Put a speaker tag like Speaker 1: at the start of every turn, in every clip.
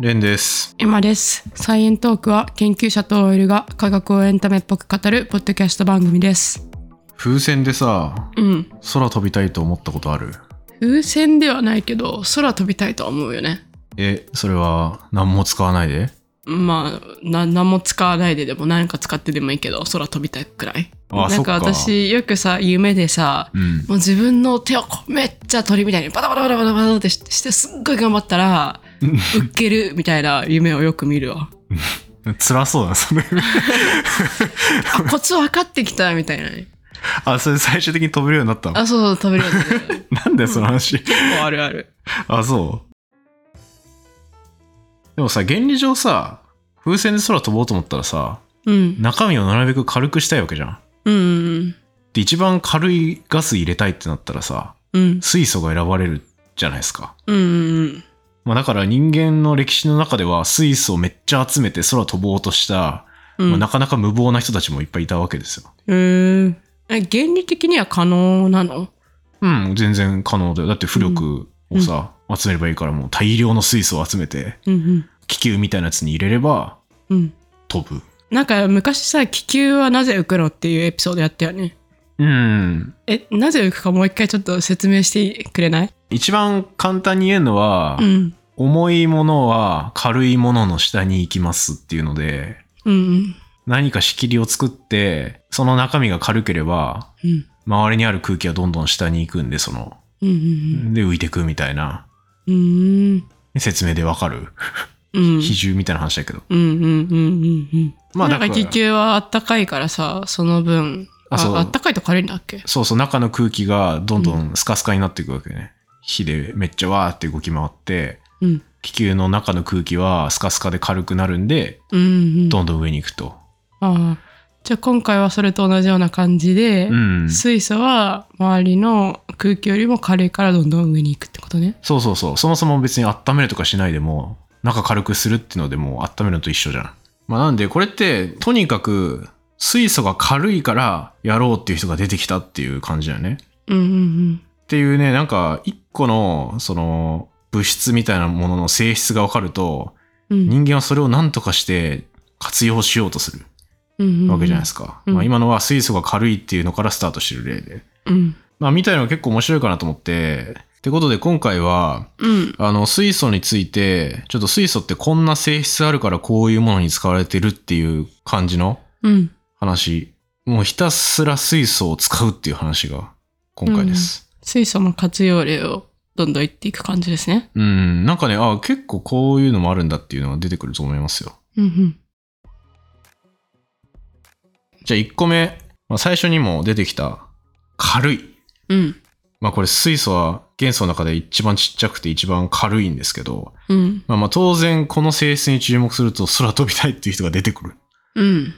Speaker 1: レンです。
Speaker 2: エマです。サイエントークは研究者と OL が科学をエンタメっぽく語るポッドキャスト番組です。
Speaker 1: 風船でさ、
Speaker 2: うん。
Speaker 1: 空飛びたいと思ったことある
Speaker 2: 風船ではないけど、空飛びたいとは思うよね。
Speaker 1: え、それは何も使わないで
Speaker 2: まあ、な何も使わないででも何か使ってでもいいけど、空飛びたいくらい。
Speaker 1: あ
Speaker 2: なんか
Speaker 1: そっか
Speaker 2: 私よくさ、夢でさ、
Speaker 1: うん。
Speaker 2: もう自分の手をこうめっちゃ鳥みたいにバタバタバタバタバタってししてすっごい頑張っ たら、うっけるみたいな夢をよく見るわ。
Speaker 1: 辛そうだな、それ。
Speaker 2: あ、コツ分かってきたみたいなね。
Speaker 1: あ、それ最終的に飛べるようになったの
Speaker 2: あ、そうそう、飛べるようにな る
Speaker 1: なんだよ、その話。
Speaker 2: 結構あるある。
Speaker 1: あ、そう。でもさ、原理上さ、風船で空飛ぼうと思ったらさ、
Speaker 2: うん。
Speaker 1: 中身をなるべく軽くしたいわけじゃん。
Speaker 2: うん
Speaker 1: で、一番軽いガス入れたいってなったらさ、
Speaker 2: うん
Speaker 1: 水素が選ばれるじゃないですか。
Speaker 2: うんうん
Speaker 1: まあ、だから人間の歴史の中では水素をめっちゃ集めて空飛ぼうとした、
Speaker 2: うん
Speaker 1: まあ、なかなか無謀な人たちもいっぱいいたわけですよ。
Speaker 2: うんえー原理的には可能なの
Speaker 1: うん、全然可能だよ。だって浮力をさ、集めればいいからもう大量の水素を集めて、
Speaker 2: うん
Speaker 1: 気球みたいなやつに入れれば
Speaker 2: うんうん
Speaker 1: 飛ぶ。
Speaker 2: なんか昔さ気球はなぜ浮くのっていうエピソードやったよね
Speaker 1: うん。
Speaker 2: えなぜ浮くかもう一回ちょっと説明してくれない
Speaker 1: 一番簡単に言えるのは、
Speaker 2: うん
Speaker 1: 重いものは軽いものの下に行きますっていうので、
Speaker 2: うん
Speaker 1: 何か仕切りを作って、その中身が軽ければ、
Speaker 2: うん
Speaker 1: 周りにある空気はどんどん下に行くんで、その
Speaker 2: うんうん
Speaker 1: で浮いてくみたいな
Speaker 2: うん
Speaker 1: 説明でわかる
Speaker 2: うん
Speaker 1: 比重みたいな話だけど、
Speaker 2: うんうんうんうんうん
Speaker 1: まあ
Speaker 2: なん
Speaker 1: だ
Speaker 2: か
Speaker 1: から
Speaker 2: 気球はあったかいからさその分
Speaker 1: あそう
Speaker 2: ああったかいと軽いんだっけ
Speaker 1: そうそう中の空気がどんどんスカスカになっていくわけね、火でめっちゃわーって動き回って
Speaker 2: うん
Speaker 1: 気球の中の空気はスカスカで軽くなるんで
Speaker 2: うんうん
Speaker 1: どんどん上に行くと、
Speaker 2: ああじゃあ今回はそれと同じような感じで、
Speaker 1: うん
Speaker 2: 水素は周りの空気よりも軽いからどんどん上に行くってことね。
Speaker 1: そうそうそうそもそも別に温めるとかしないでも中軽くするっていうのでもう温めるのと一緒じゃん、まあ、なんでこれってとにかく水素が軽いからやろうっていう人が出てきたっていう感じだよね
Speaker 2: うんうん
Speaker 1: っていうね、なんか、一個の、その、物質みたいなものの性質が分かると、
Speaker 2: うん。うん
Speaker 1: 人間はそれを何とかして活用しようとする
Speaker 2: うん
Speaker 1: わけじゃないですか。
Speaker 2: うん
Speaker 1: まあ、今のは水素が軽いっていうのからスタートしてる例で。
Speaker 2: うん
Speaker 1: まあ、みたいなのが結構面白いかなと思って、ってことで今回は、
Speaker 2: うん
Speaker 1: あの、水素について、ちょっと水素ってこんな性質あるからこういうものに使われてるっていう感じの
Speaker 2: うん
Speaker 1: 話。もうひたすら水素を使うっていう話が今回です。
Speaker 2: 水素の活用例をどんどん言っていく感じですね。
Speaker 1: うん、なんかね、あ結構こういうのもあるんだっていうのが出てくると思いますよ。
Speaker 2: うん
Speaker 1: じゃあ1個目、まあ、最初にも出てきた、軽い。
Speaker 2: うんうん
Speaker 1: まあこれ水素は元素の中で一番ちっちゃくて一番軽いんですけど、
Speaker 2: うん
Speaker 1: まあまあ当然この性質に注目すると空飛びたいっていう人が出てくる。
Speaker 2: うん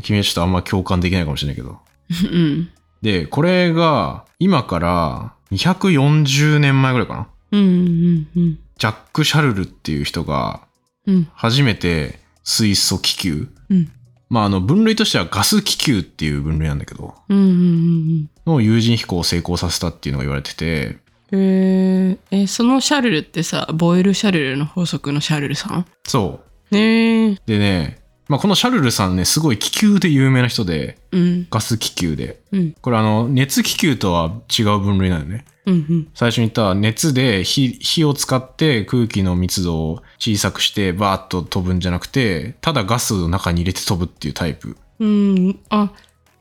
Speaker 1: 君はちょっとあんま共感できないかもしれないけど。
Speaker 2: うん
Speaker 1: で、これが今から240年前ぐらいかな。
Speaker 2: うんうんうん
Speaker 1: ジャック・シャルルっていう人が
Speaker 2: うん
Speaker 1: 初めて水素気球、
Speaker 2: うん
Speaker 1: まあ、あの分類としてはガス気球っていう分類なんだけど、
Speaker 2: うんうん
Speaker 1: の有人飛行を成功させたっていうのが言われてて、
Speaker 2: うんえー、えそのシャルルってさボイルシャルルの法則のシャルルさん
Speaker 1: そう。
Speaker 2: ねえ
Speaker 1: でね、まあ、このシャルルさんね、すごい気球で有名な人で、
Speaker 2: うん
Speaker 1: ガス気球で。
Speaker 2: うん
Speaker 1: これあの、熱気球とは違う分類なのね。
Speaker 2: うんうん
Speaker 1: 最初に言った熱で火火を使って空気の密度を小さくしてバーッと飛ぶんじゃなくて、ただガスの中に入れて飛ぶっていうタイプ。
Speaker 2: うん、あ、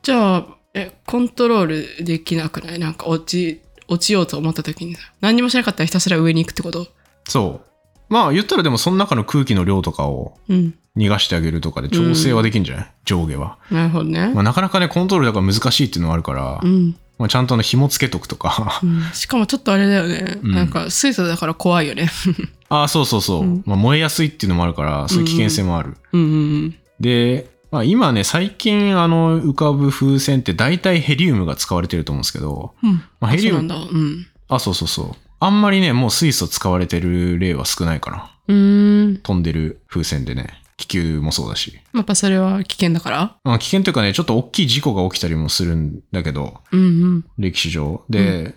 Speaker 2: じゃあ、え、コントロールできなくないなんか落ち、落ちようと思った時にさ何にもしなかったらひたすら上に行くってこと
Speaker 1: そう。まあ言ったらでもその中の空気の量とかを
Speaker 2: うん。
Speaker 1: 逃がしてあげるとかで調整はできるんじゃない、上下は。
Speaker 2: なるほどね
Speaker 1: ま。あ、なかなかね、コントロールだから難しいっていうのはあるから、
Speaker 2: うん、
Speaker 1: まあ、ちゃんとあの紐つけとくとか。
Speaker 2: うん。しかもちょっとあれだよね。
Speaker 1: うん
Speaker 2: なんか水素だから怖いよね。
Speaker 1: ああ、そうそうそう。
Speaker 2: うん
Speaker 1: まあ、燃えやすいっていうのもあるから、そういう危険性もある。
Speaker 2: うんうん
Speaker 1: で、まあ、今ね、最近あの浮かぶ風船って大体ヘリウムが使われてると思うんですけど、
Speaker 2: うん。うん。
Speaker 1: まあ、ヘリ
Speaker 2: そう
Speaker 1: ウ
Speaker 2: なん
Speaker 1: ム、
Speaker 2: だ。うん。
Speaker 1: あ、そうそうそう。あんまりね、もう水素使われてる例は少ないかな。
Speaker 2: うーん。
Speaker 1: 飛んでる風船でね。気球もそうだし。
Speaker 2: やっぱそれは危険だから
Speaker 1: まあ、危険というかね、ちょっと大きい事故が起きたりもするんだけど、
Speaker 2: うんうん。
Speaker 1: 歴史上。で、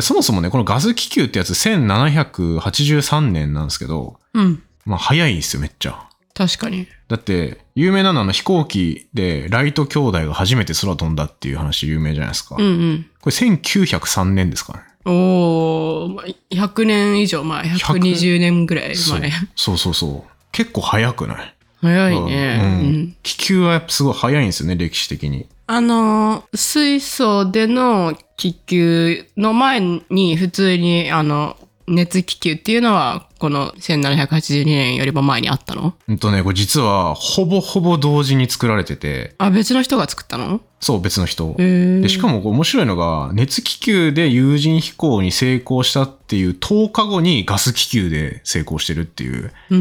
Speaker 1: そもそもね、このガス気球ってやつ1783年なんですけど、
Speaker 2: うん。
Speaker 1: まあ早いんですよ、めっちゃ。
Speaker 2: 確かに。
Speaker 1: だって、有名なのはあの飛行機でライト兄弟が初めて空飛んだっていう話有名じゃないですか。
Speaker 2: う
Speaker 1: こ
Speaker 2: ん
Speaker 1: れ1903年ですかね。
Speaker 2: うん。おお、まあ100年以上前、
Speaker 1: 100
Speaker 2: 120年ぐらい
Speaker 1: そう
Speaker 2: 前。
Speaker 1: そうそうそう。結構早くない
Speaker 2: 早いね。
Speaker 1: うん
Speaker 2: うん
Speaker 1: 気球はやっぱすごい早いんですよね、歴史的に。
Speaker 2: あのー、水素での気球の前に普通にあの熱気球っていうのはこの1782年よりも前にあったの
Speaker 1: うんとね、これ実はほぼほぼ同時に作られてて、
Speaker 2: あ別の人が作ったの
Speaker 1: そう、別の人。
Speaker 2: へ
Speaker 1: でしか
Speaker 2: も
Speaker 1: もこう面白いのが、熱気球で有人飛行に成功したっていう10日後にガス気球で成功してるっていう。
Speaker 2: うー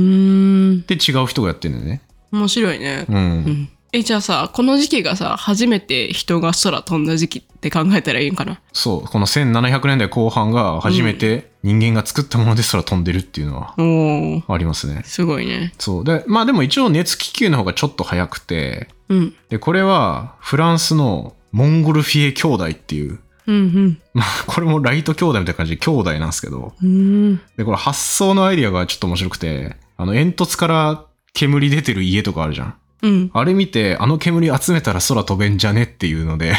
Speaker 2: ん
Speaker 1: で、違う人がやってるんだよね。
Speaker 2: 面白いね、
Speaker 1: う。
Speaker 2: うんんえじゃあさこの時期がさ初めて人が空飛んだ時期って考えたらいいんかな
Speaker 1: そう、この1700年代後半が初めて人間が作ったもので空飛んでるっていうのは
Speaker 2: おー
Speaker 1: ありますね。
Speaker 2: すごいね
Speaker 1: そう。で、まあでも一応熱気球の方がちょっと早くて、
Speaker 2: うん
Speaker 1: で、これはフランスのモンゴルフィエ兄弟っていう、
Speaker 2: うん
Speaker 1: まあこれもライト兄弟みたいな感じで兄弟なんですけど、
Speaker 2: うんうーん
Speaker 1: で、これ発想のアイディアがちょっと面白くて、あの煙突から煙出てる家とかあるじゃん。
Speaker 2: うん
Speaker 1: あれ見て、あの煙集めたら空飛べんじゃねっていうので、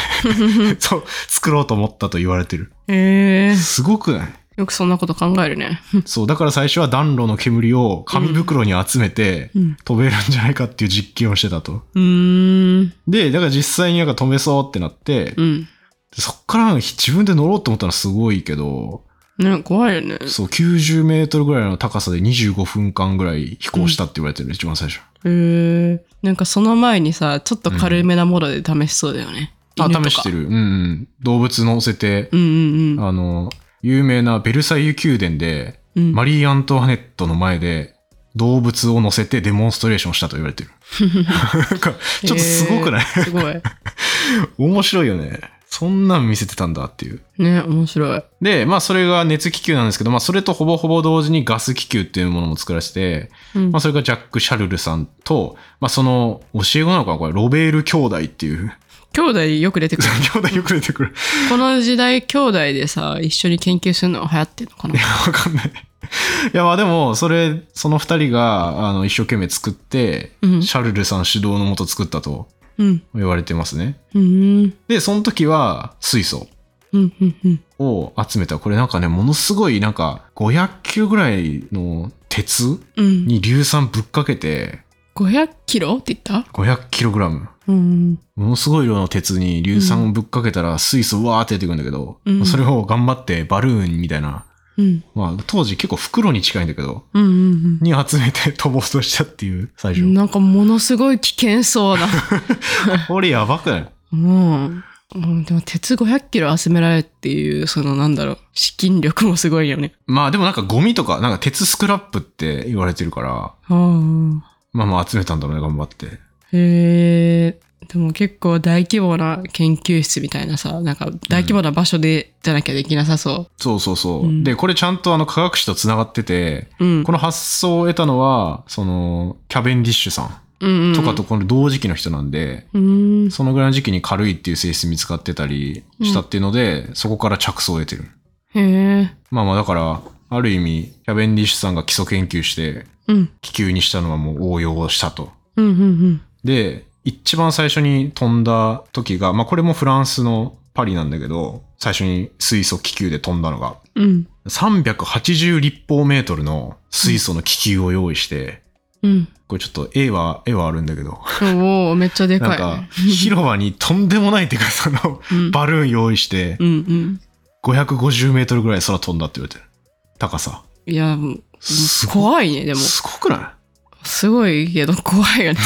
Speaker 1: そう、作ろうと思ったと言われてる。
Speaker 2: へえ
Speaker 1: すごくない
Speaker 2: よくそんなこと考えるね
Speaker 1: そう、だから最初は暖炉の煙を紙袋に集めて
Speaker 2: うん
Speaker 1: 飛べるんじゃないかっていう実験をしてたと。
Speaker 2: うーん
Speaker 1: で、だから実際になんか飛べそうってなって、
Speaker 2: うん
Speaker 1: そっから自分で乗ろうと思ったのはすごいけど、
Speaker 2: ね怖いよね
Speaker 1: そう、90メートルぐらいの高さで25分間ぐらい飛行したって言われてる、一番最初。
Speaker 2: へえなんかその前にさちょっと軽めなもので試しそうだよね、
Speaker 1: あ、
Speaker 2: 犬とか
Speaker 1: 試してる。うんうん。動物乗せて
Speaker 2: う、んうんうん
Speaker 1: あの、有名なベルサイユ宮殿で、
Speaker 2: うん
Speaker 1: マリー・アントワネットの前で、動物を乗せてデモンストレーションしたと言われ てる。なんかちょっとすごくない、
Speaker 2: へえすごい
Speaker 1: 面白いよね。そんなん見せてたんだっていう。
Speaker 2: ね面白い
Speaker 1: で、まあそれが熱気球なんですけど、まあそれとほぼほぼ同時にガス気球っていうものも作らせて、
Speaker 2: うん
Speaker 1: まあそれがジャック・シャルルさんと、まあその教え子なのかなこれ、ロベール兄弟っていう。
Speaker 2: 兄弟よく出てくる
Speaker 1: 兄弟よく出てくる。
Speaker 2: この時代兄弟でさ一緒に研究するのは流行ってるのかな
Speaker 1: わかんない。いやまあでも、それ、その二人があの一生懸命作って、
Speaker 2: うん
Speaker 1: シャルルさん主導のもと作ったと
Speaker 2: うん
Speaker 1: 言われてますね。
Speaker 2: うん
Speaker 1: で、その時は水素。
Speaker 2: うんうんうん
Speaker 1: を集めた、これなんかね、ものすごいなんか500球ぐらいの鉄
Speaker 2: うん
Speaker 1: に硫酸ぶっかけて
Speaker 2: 500キロって言った
Speaker 1: 500キログラム。
Speaker 2: うん
Speaker 1: ものすごい量の鉄に硫酸をぶっかけたら水素わーって出てくるんだけど、
Speaker 2: うん
Speaker 1: それを頑張ってバルーンみたいな、
Speaker 2: うん
Speaker 1: まあ当時結構袋に近いんだけど、
Speaker 2: うんうん
Speaker 1: に集めて飛ぼうとしたっていう最
Speaker 2: う
Speaker 1: 初。
Speaker 2: んなんかものすごい危険そうな
Speaker 1: これやばくない
Speaker 2: うんうんでも鉄500キロ集められるっていうそのなんだろう資金力もすごいよね
Speaker 1: まあでもなんかゴミとか、なんか鉄スクラップって言われてるから、
Speaker 2: あ
Speaker 1: まあまあ集めたんだろうね、頑張って。
Speaker 2: あ。へえ。でも結構大規模な研究室みたいなさ、なんか大規模な場所で、じゃなきゃできなさそ
Speaker 1: そうそうそう。
Speaker 2: うん
Speaker 1: で、これちゃんとあの科学史と繋がってて、
Speaker 2: う。うん。
Speaker 1: この発想を得たのは、その、キャベンディッシュさ
Speaker 2: うんうん
Speaker 1: んとかと。この同時期の人なんで、
Speaker 2: うん。
Speaker 1: そのぐらいの時期に軽いっていう性質見つかってたりしたっていうので、そこから着想を得てる。
Speaker 2: へえ。
Speaker 1: まあまあだから、ある意味、キャベンディッシュさんが基礎研究して、
Speaker 2: うん。
Speaker 1: 気球にしたのはもう応用したと。
Speaker 2: うんうんうん。
Speaker 1: で、一番最初に飛んだ時が、まあこれもフランスのパリなんだけど、最初に水素気球で飛んだのが、
Speaker 2: うん。
Speaker 1: 380立方メートルの水素の気球を用意して、
Speaker 2: うん。
Speaker 1: これちょっと絵は、絵はあるんだけど、
Speaker 2: おお、めっちゃで
Speaker 1: なん
Speaker 2: か
Speaker 1: か、広場にとんでもないでかさの
Speaker 2: い。うん
Speaker 1: バルーン用意して
Speaker 2: う、んうん。
Speaker 1: 550メートルぐらい空飛んだって言われてる。高さ。
Speaker 2: いや、もう
Speaker 1: すご
Speaker 2: 怖いね、でも。
Speaker 1: すごくな
Speaker 2: すごいけど怖 いよね。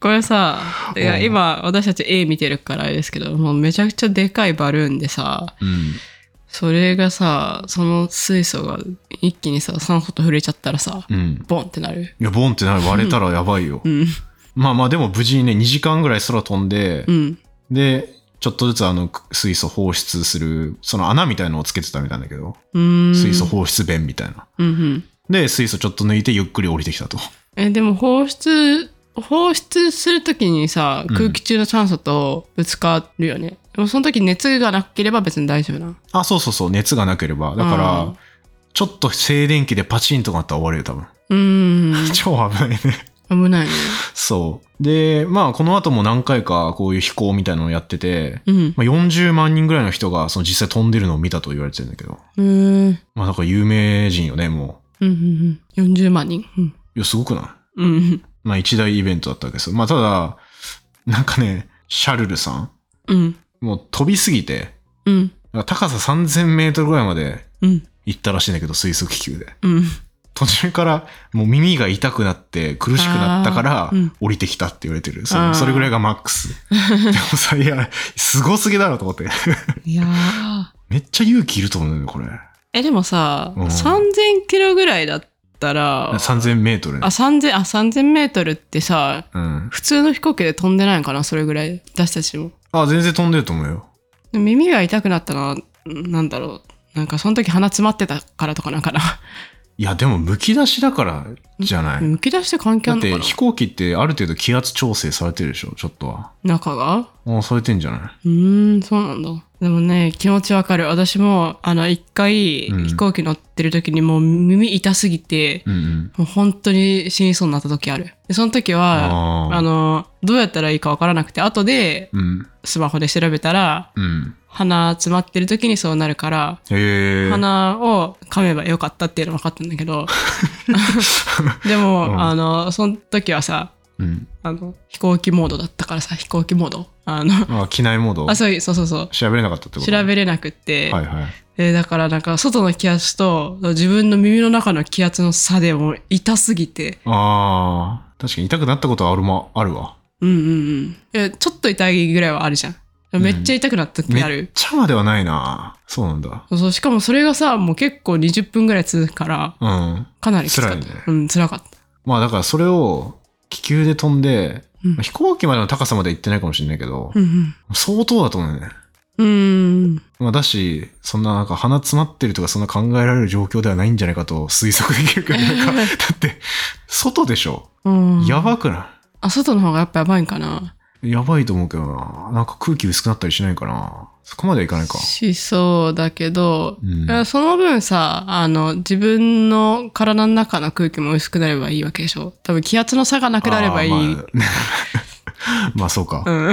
Speaker 2: これさ、いや
Speaker 1: うん
Speaker 2: 今私たち絵見てるからあれですけど、もうめちゃくちゃでかいバルーンでさ、
Speaker 1: いうん。
Speaker 2: それがさ、その水素が一気にさ、酸素と触れちゃったらさ、
Speaker 1: うん。
Speaker 2: ボンってなる。
Speaker 1: いや、ボンってなる割れたらやばいよ
Speaker 2: う。ん。
Speaker 1: まあまあ、でも無事にね、2時間ぐらい空飛んで
Speaker 2: う、ん。
Speaker 1: で、ちょっとずつあの、水素放出する、その穴みたいのをつけてたみたいなんだけど、
Speaker 2: うん。
Speaker 1: 水素放出弁みたいな。
Speaker 2: うんうん。
Speaker 1: で、水素ちょっと抜いてゆっくり降りてきたと。
Speaker 2: え、でも放出、放出するときにさ、
Speaker 1: うん
Speaker 2: 空気中の酸素とぶつかるよね。でもその時熱がなければ別に大丈夫な。
Speaker 1: あ、そうそうそう、熱がなければ。だから、
Speaker 2: うん
Speaker 1: ちょっと静電気でパチンとなったら終わるよ、多分。
Speaker 2: うん。
Speaker 1: 超危ないね。
Speaker 2: 危ないね。
Speaker 1: そう。で、まあ、この後も何回かこういう飛行みたいなのをやってて、
Speaker 2: うん。
Speaker 1: まあ、40万人ぐらいの人がその実際飛んでるのを見たと言われてるんだけど。
Speaker 2: えー
Speaker 1: まあ、だから有名人よね、も
Speaker 2: うんうんうん。40万人。うん。
Speaker 1: う。いや、すごくない
Speaker 2: うん。
Speaker 1: まあ一大イベントだったわけですよ。まあただ、なんかね、シャルルさん、
Speaker 2: うん。
Speaker 1: もう飛びすぎて、
Speaker 2: うん。
Speaker 1: なんか高さ3000メートルぐらいまで
Speaker 2: うん。
Speaker 1: 行ったらしいんだけど、水速気球で。
Speaker 2: うん。
Speaker 1: 途中からもう耳が痛くなって苦しくなったから
Speaker 2: あーうん
Speaker 1: 降りてきたって言われてる。そ
Speaker 2: あ
Speaker 1: う
Speaker 2: ー
Speaker 1: それぐらいがマック ス。でもさ、いや、すごすぎだろと思って。
Speaker 2: いやー。
Speaker 1: めっちゃ勇気いると思うんだよね、これ。
Speaker 2: え、でもさ、
Speaker 1: うん
Speaker 2: 3000キロぐらいだったら、
Speaker 1: 3000メートルね
Speaker 2: あ、。3000、あ、3000メートルってさ、
Speaker 1: うん。
Speaker 2: 普通の飛行機で飛んでないのかなそれぐらい。私たちも。
Speaker 1: あ、全然飛んでると思うよ。
Speaker 2: で耳が痛くなったのは、なんだろう。なんかその時鼻詰まってたからとかなんかな。
Speaker 1: いや、でもむき出しだからじゃない。
Speaker 2: むき出して関係あ
Speaker 1: だっ
Speaker 2: るの
Speaker 1: て
Speaker 2: か
Speaker 1: 飛行機ってある程度気圧調整されてるでしょ、ちょっとは。
Speaker 2: な中が
Speaker 1: あされてんじゃな
Speaker 2: うーん、そうなんだ。でもね、気持ちわかる。私も、あの、一回、
Speaker 1: うん
Speaker 2: 飛行機乗ってる時にもう耳痛すぎて、
Speaker 1: いうんうん。
Speaker 2: もう本当に死にそうになった時ある。で、その時は、
Speaker 1: あ
Speaker 2: あ
Speaker 1: ー
Speaker 2: の、どうやったらいいかわからなくて、後で
Speaker 1: うん。
Speaker 2: スマホで調べたら、
Speaker 1: うん。
Speaker 2: 鼻詰まってる時にそうなるから、
Speaker 1: へえ。
Speaker 2: 鼻を噛めばよかったっていうの分かったんだ けど、でも、
Speaker 1: うん
Speaker 2: あの、その時はさ、
Speaker 1: うん。
Speaker 2: あの、飛行機モードだったからさ、飛行機モード。あの、
Speaker 1: あ、機内モード
Speaker 2: あ、そういうそうそうそう。
Speaker 1: 調べれなかったってこと
Speaker 2: 調べれなくって、
Speaker 1: はいはい。
Speaker 2: えーだからなんか外の気圧と自分の耳の中の気圧の差でもう痛すぎて
Speaker 1: ああ、確かに痛くなったことはあるも、あるわ。
Speaker 2: うんうんうんえちょっと痛いぐらいはあるじゃんめっちゃ痛くなった時
Speaker 1: め
Speaker 2: あ
Speaker 1: っ
Speaker 2: る、
Speaker 1: ちゃまではないな。そうなんだ。
Speaker 2: そうしかもそれがさもう結構20分ぐらい続くから
Speaker 1: うん。
Speaker 2: かなりきつかった
Speaker 1: 辛いね
Speaker 2: うん辛かった
Speaker 1: まあだからそれを気球で飛んで、
Speaker 2: うん
Speaker 1: まあ飛行機までの高さまで行ってないかもしれないけど、
Speaker 2: うん
Speaker 1: 相当だと思うよね。
Speaker 2: うんうん
Speaker 1: まあだし、そんななんか鼻詰まってるとかそんな考えられる状況ではないんじゃないかと推測できるけど、 なんかだって、外でしょ
Speaker 2: うん
Speaker 1: やばくない
Speaker 2: あ外の方がやっぱやばいんかな
Speaker 1: やばいと思うけどな。なんか空気薄くなったりしないかな。そこまではいかないか。
Speaker 2: しそうだけど、
Speaker 1: うん
Speaker 2: いやその分さあの自分の体の中の空気も薄くなればいいわけでしょ多分気圧の差がなくなればいい、
Speaker 1: あーまあ、 まあそうか。
Speaker 2: う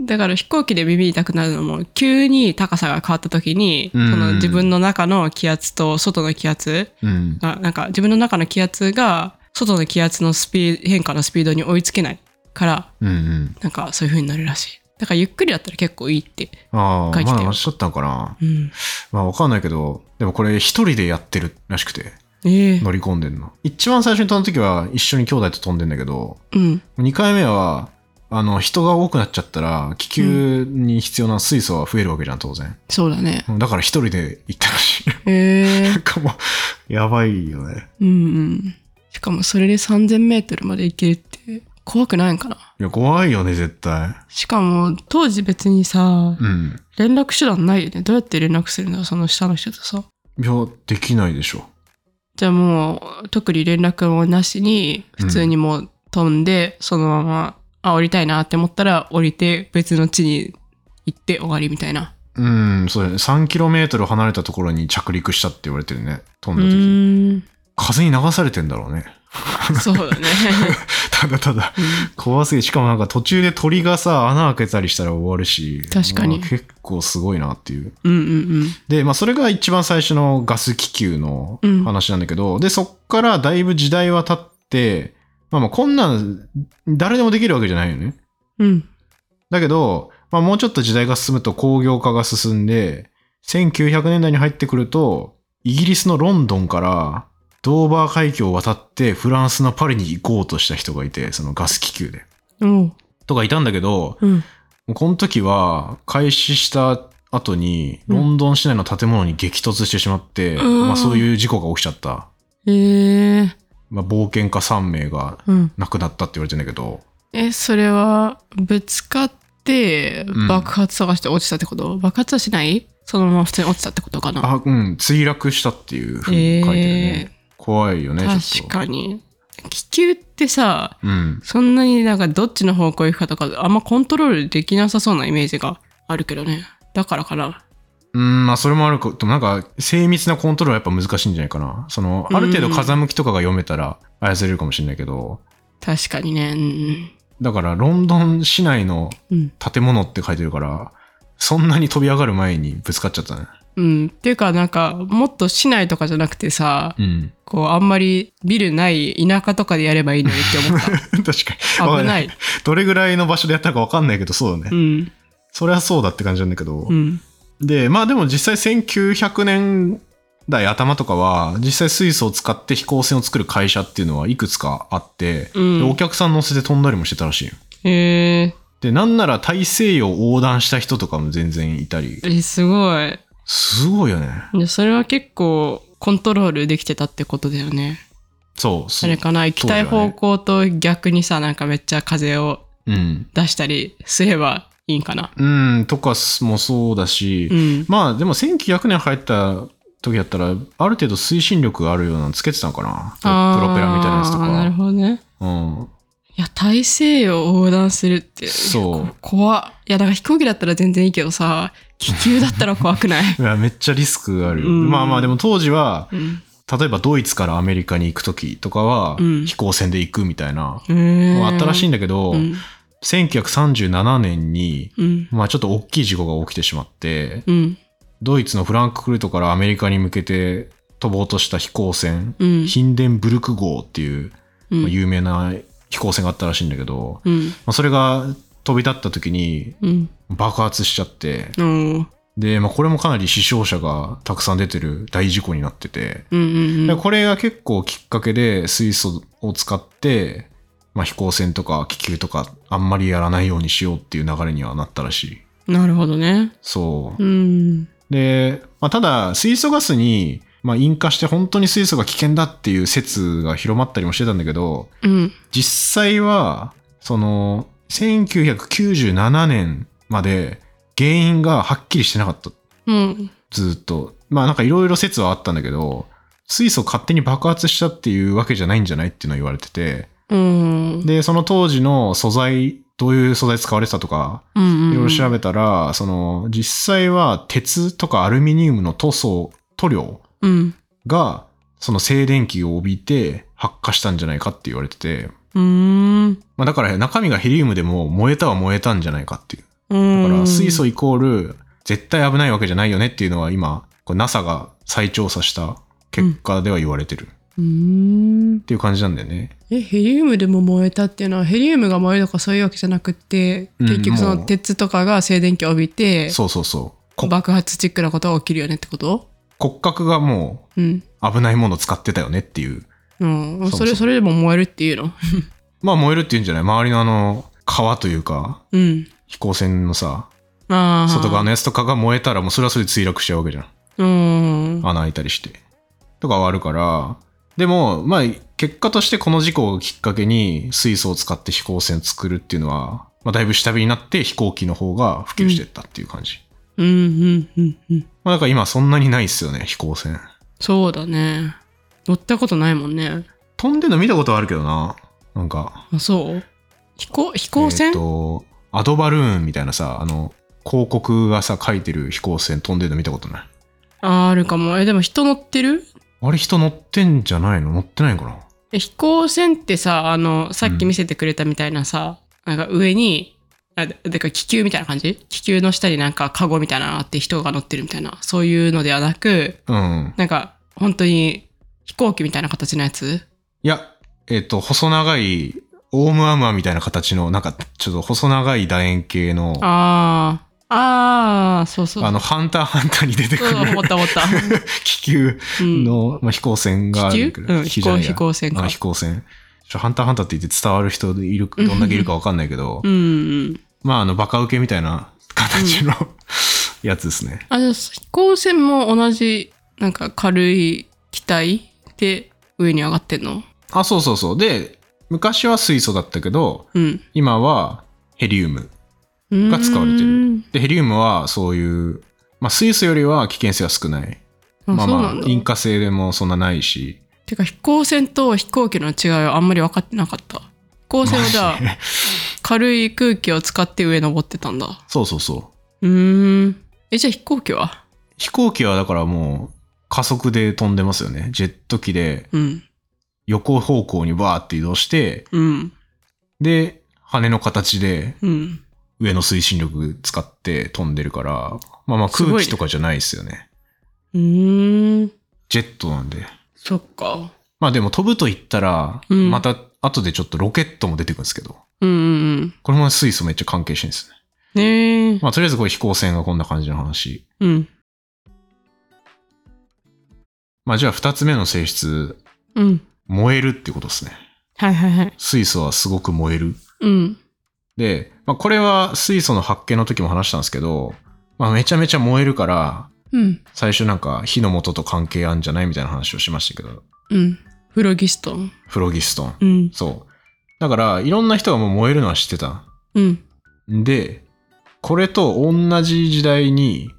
Speaker 2: ん。 だから飛行機で耳痛くなるのも急に高さが変わった時に、
Speaker 1: うん
Speaker 2: その自分の中の気圧と外の気圧
Speaker 1: うん。
Speaker 2: がなんか自分の中の気圧が外の気圧のスピード変化のスピードに追いつけないから
Speaker 1: うんうん。
Speaker 2: なんかそういう風になるらしいだからゆっくりだったら結構いいって
Speaker 1: ああ、
Speaker 2: 書いて
Speaker 1: ま
Speaker 2: たよ
Speaker 1: だおっしゃったのかな。
Speaker 2: うん
Speaker 1: まあわかんないけど、でもこれ一人でやってるらしくて、
Speaker 2: ええ
Speaker 1: 乗り込んでんの。一番最初に飛んだ時は一緒に兄弟と飛んでんだけど、
Speaker 2: うん
Speaker 1: 2回目は、あの、人が多くなっちゃったら、気球に必要な水素は増えるわけじゃん、当然。
Speaker 2: そうだね
Speaker 1: だから一人で行ったらしい。
Speaker 2: ええ
Speaker 1: なんかもう、 やばいよね。
Speaker 2: うんうんしかもそれで3000メートルまで行けるって怖くないんかない
Speaker 1: や、怖いよね、絶対。
Speaker 2: しかも当時別にさ
Speaker 1: うん。
Speaker 2: 連絡手段ないよねどうやって連絡するんだその下の人とさ
Speaker 1: いや、できないでしょ。
Speaker 2: じゃあもう特に連絡もなしに普通にもう飛んで、そのままあ降りたいなって思ったら降りて別の地に行って終わりみたいな
Speaker 1: うん、そうだね。3km 離れたところに着陸したって言われてるね。飛んだ時。
Speaker 2: ん
Speaker 1: 風に流されてんだろうね。
Speaker 2: そう だね
Speaker 1: ただただ、怖すぎて。しかもなんか途中で鳥がさ、穴開けたりしたら終わるし。
Speaker 2: 確かに
Speaker 1: まあ結構すごいなっていう。
Speaker 2: うんうん
Speaker 1: で、まあそれが一番最初のガス気球の
Speaker 2: うん
Speaker 1: 話なんだけど、で、そっからだいぶ時代は経って、まあまあこんなん、誰でもできるわけじゃないよね。
Speaker 2: うんうん
Speaker 1: だけど、まあ、もうちょっと時代が進むと工業化が進んで、1900年代に入ってくると、イギリスのロンドンから、ドーバー海峡を渡ってフランスのパリに行こうとした人がいて、そのガス気球で。
Speaker 2: おう
Speaker 1: とかいたんだけど、
Speaker 2: うん
Speaker 1: もうこの時は、開始した後に、
Speaker 2: うん
Speaker 1: ロンドン市内の建物に激突してしまって、
Speaker 2: うん
Speaker 1: まあそういう事故が起きちゃった。
Speaker 2: えー、
Speaker 1: まあ冒険家3名が
Speaker 2: うん
Speaker 1: 亡くなったって言われてんだけど、
Speaker 2: えそれはぶつかって
Speaker 1: うん
Speaker 2: 爆発探して落ちたってこと、爆発はしないそのまま普通に落ちたってことかな
Speaker 1: あ、うん、墜落したっていうふうに書いてるね。怖いよね、ちょっと。
Speaker 2: 確かに気球ってさ
Speaker 1: うん。
Speaker 2: そんなになんかどっちの方向行くかとかあんまコントロールできなさそうなイメージがあるけどねだからかな
Speaker 1: うん、まあそれもあるか、でもなんか精密なコントロールはやっぱ難しいんじゃないかな。その、ある程度風向きとかが読めたら操れるかもしれないけど、
Speaker 2: 確かにね。うん
Speaker 1: だからロンドン市内の
Speaker 2: うん。
Speaker 1: 建物って書いてるから、そんなに飛び上がる前にぶつかっちゃったね。
Speaker 2: うん。っていうか、なんか、もっと市内とかじゃなくてさ、
Speaker 1: うん。
Speaker 2: こう、あんまりビルない田舎とかでやればいいのにっ て思っ
Speaker 1: 確かに。
Speaker 2: た。危ない。
Speaker 1: どれぐらいの場所でやったかわかんないけど、そうだね。
Speaker 2: うん。
Speaker 1: そりゃそうだって感じなんだけど。
Speaker 2: うん。
Speaker 1: で、まあでも実際1900年代頭とかは、実際水素を使って飛行船を作る会社っていうのはいくつかあって、
Speaker 2: うん
Speaker 1: でお客さん乗せて飛んだりもしてたらしいよ。
Speaker 2: へえ
Speaker 1: で、なんなら大西洋横断した人とかも全然いたり。
Speaker 2: え、すごい。
Speaker 1: すごいよね。
Speaker 2: でそれは結構、コントロールできてたってことだよね。
Speaker 1: そう、
Speaker 2: あ
Speaker 1: そ
Speaker 2: れ
Speaker 1: う。
Speaker 2: かな、行きたい
Speaker 1: そうだよね
Speaker 2: 方向と逆にさ、なんかめっちゃ風を
Speaker 1: うん。
Speaker 2: 出したりすればいいんかな。
Speaker 1: うん、とかもそうだし、
Speaker 2: うん。
Speaker 1: まあでも1900年入った時だったら、ある程度推進力があるようなのつけてたのかな。
Speaker 2: あー
Speaker 1: プロペラみたいなやつと
Speaker 2: なる
Speaker 1: か。
Speaker 2: ほどね。
Speaker 1: うん。
Speaker 2: いや、大西洋を横断するって、
Speaker 1: そう
Speaker 2: こ怖っいや、だから飛行機だったら全然いいけどさ、気球だったら怖 くない
Speaker 1: いや、めっちゃリスクあるよ。
Speaker 2: うん
Speaker 1: まあまあ、でも当時は、
Speaker 2: うん。
Speaker 1: 例えばドイツからアメリカに行く時とかは、
Speaker 2: うん
Speaker 1: 飛行船で行くみたいな、
Speaker 2: へ
Speaker 1: もうあったらしいん
Speaker 2: だ
Speaker 1: だけど、
Speaker 2: うん。
Speaker 1: 1937年に、
Speaker 2: うん。
Speaker 1: まあちょっと大きい事故が起きてしまって、
Speaker 2: うん。
Speaker 1: ドイツのフランクフルトからアメリカに向けて飛ぼうとした飛行船、
Speaker 2: うん。
Speaker 1: ヒンデンブルク号っていう、
Speaker 2: うん
Speaker 1: まあ有名な飛行船があったらしいんだけど、
Speaker 2: うん。
Speaker 1: まあ、それが飛び立った時に
Speaker 2: うん。
Speaker 1: 爆発しちゃって、
Speaker 2: うん。うん。
Speaker 1: で、まあ、これもかなり死傷者がたくさん出てる大事故になってて、
Speaker 2: うん。
Speaker 1: でこれが結構きっかけで水素を使って、まあ、飛行船とか気球とかあんまりやらないようにしようっていう流れにはなったらしい。
Speaker 2: なるほどね。
Speaker 1: そう。
Speaker 2: うん。
Speaker 1: で、まあ、ただ水素ガスに、まあ、引火して本当に水素が危険だっていう説が広まったりもしてたんだけど、
Speaker 2: うん。
Speaker 1: 実際は、その、1997年まで原因がはっきりしてなかった。
Speaker 2: うん。
Speaker 1: ずーっと。まあなんかいろいろ説はあったんだけど、水素勝手に爆発したっていうわけじゃないんじゃないっていうのは言われてて、
Speaker 2: うん。
Speaker 1: で、その当時の素材、どういう素材使われてたとか、
Speaker 2: うん。
Speaker 1: いろいろ調
Speaker 2: べ
Speaker 1: べたら、その、実際は鉄とかアルミニウムの塗装、塗料
Speaker 2: うん。
Speaker 1: が、その静電気を帯びて発火したんじゃないかって言われてて、
Speaker 2: うん。
Speaker 1: まあ、だから中身がヘリウムでも燃えたは燃えたんじゃないかっていう。だ
Speaker 2: だ
Speaker 1: から水素イコール絶対危ないわけじゃないよねっていうのは今、これ NASA が再調査した結果では言われてるっ
Speaker 2: うん。
Speaker 1: ていう感じなんだよね。
Speaker 2: え、ヘリウムでも燃えたっていうのは、ヘリウムが燃えるとかそういうわけじゃなくって、
Speaker 1: うん
Speaker 2: 結局そ
Speaker 1: も
Speaker 2: の
Speaker 1: う
Speaker 2: 鉄とかが静電気を帯びて、
Speaker 1: そうそうそう。こ
Speaker 2: 爆発チックなことが起きるよねってこと
Speaker 1: 骨格がも
Speaker 2: う
Speaker 1: う
Speaker 2: ん。
Speaker 1: 危ないものを使ってたよねっていう。
Speaker 2: うん。
Speaker 1: そう
Speaker 2: それ、それでも燃えるっていうの
Speaker 1: まあ燃えるっていうんじゃない周りのあの、川というか、
Speaker 2: うん。
Speaker 1: 飛行船のさ、
Speaker 2: ああ。
Speaker 1: 外側のやつとかが燃えたらもうそれはそれで墜落しちゃうわけじゃん。
Speaker 2: うん。
Speaker 1: 穴開いたりして。とかはあるから、でも、まあ、結果としてこの事故をきっかけに水素を使って飛行船を作るっていうのは、まあ、だいぶ下火になって飛行機の方が普及してったっていう感じ。
Speaker 2: うん、うん、うん、うん。
Speaker 1: まあ、だから今そんなにないっすよね、飛行船。
Speaker 2: そうだね。乗ったことないもんね。
Speaker 1: 飛んでるの見たことはあるけどな。なんか、
Speaker 2: あ、そう飛行、飛行
Speaker 1: え
Speaker 2: 船、
Speaker 1: っと、アドバルーンみたいなさ、あの、広告がさ、書いてる飛行船飛んでるの見たことない。
Speaker 2: あーあるかも。え、でも人乗ってる
Speaker 1: あれ人乗ってんじゃないの乗ってないのかな
Speaker 2: え飛行船ってさ、あの、さっき見せてくれたみたいなさ、なんか上に、あででか気球みたいな感じ気球の下になんかカゴみたいなのがあって人が乗ってるみたいな、そういうのではなく、
Speaker 1: うん。
Speaker 2: なんか本当に飛行機みたいな形のやつ
Speaker 1: いや、えっ、と、細長い、オウムアムアみたいな形の、なんか、ちょっと細長い楕円形の、あ
Speaker 2: ああ、ああ、そうそう。
Speaker 1: の、ハンターハンターに出てく
Speaker 2: そう
Speaker 1: る
Speaker 2: そう、思った思 った。
Speaker 1: 気球
Speaker 2: うん、
Speaker 1: の、まあ、飛行船がある
Speaker 2: 気球うん、飛行飛行船
Speaker 1: あ
Speaker 2: か
Speaker 1: の。飛行船。ちょハンターハンターって言って伝わる人いる、どんだけいるかわかんないけど、
Speaker 2: うんうん。
Speaker 1: まあ、あの、バカウケみたいな形の、やつですね。
Speaker 2: あ、じゃあ飛行船も同じ、なんか軽い機体で上に上がってんの
Speaker 1: あ、そうそうそう。で、昔は水素だったけど、
Speaker 2: うん。
Speaker 1: 今はヘリウム。が使われてる
Speaker 2: うーん。
Speaker 1: で、ヘリウムはそういう、まあ、水素よりは危険性は少ない。
Speaker 2: あ
Speaker 1: まあ
Speaker 2: そうな
Speaker 1: ま
Speaker 2: ん
Speaker 1: あ
Speaker 2: だ、
Speaker 1: 引火性でもそんなないし。
Speaker 2: てか飛行船と飛行機の違いはあんまり分かってなかった飛行船はじゃあ
Speaker 1: マジで
Speaker 2: 軽い空気を使って上登ってたんだ
Speaker 1: そうそうそう
Speaker 2: ーんえじゃあ飛行機は
Speaker 1: 飛行機はだからもう加速で飛んでますよね。ジェット機で
Speaker 2: うん。
Speaker 1: 横方向にバーって移動して、
Speaker 2: うん。
Speaker 1: で、羽の形で
Speaker 2: うん。
Speaker 1: 上の推進力使って飛んでるから、まあまあ
Speaker 2: すごい
Speaker 1: 空
Speaker 2: ね
Speaker 1: 気とかじゃないですよね。
Speaker 2: うーん。
Speaker 1: ジェットなんで。
Speaker 2: そっか。
Speaker 1: まあでも飛ぶと言ったら、
Speaker 2: うん
Speaker 1: また後でちょっとロケットも出てくるんですけど、
Speaker 2: うんうん
Speaker 1: これも水素めっちゃ関係してるんですね。
Speaker 2: うん。ねえ。
Speaker 1: まあとりあえずこれ飛行船がこんな感じの話。
Speaker 2: うん。
Speaker 1: まあじゃあ二つ目の性質、
Speaker 2: うん。
Speaker 1: 燃えるってことですね。
Speaker 2: はいはいはい。
Speaker 1: 水素はすごく燃える。
Speaker 2: うん。
Speaker 1: で、まあ、これは水素の発見の時も話したんですけど、まあ、めちゃめちゃ燃えるから、
Speaker 2: うん。
Speaker 1: 最初なんか火の元と関係あんじゃないみたいな話をしましたけど、
Speaker 2: うん。フロギストン。
Speaker 1: フロギストン。
Speaker 2: うん。
Speaker 1: そう。だから、いろんな人がもう燃えるのは知ってた。
Speaker 2: うん。
Speaker 1: んで、これと同じ時代に、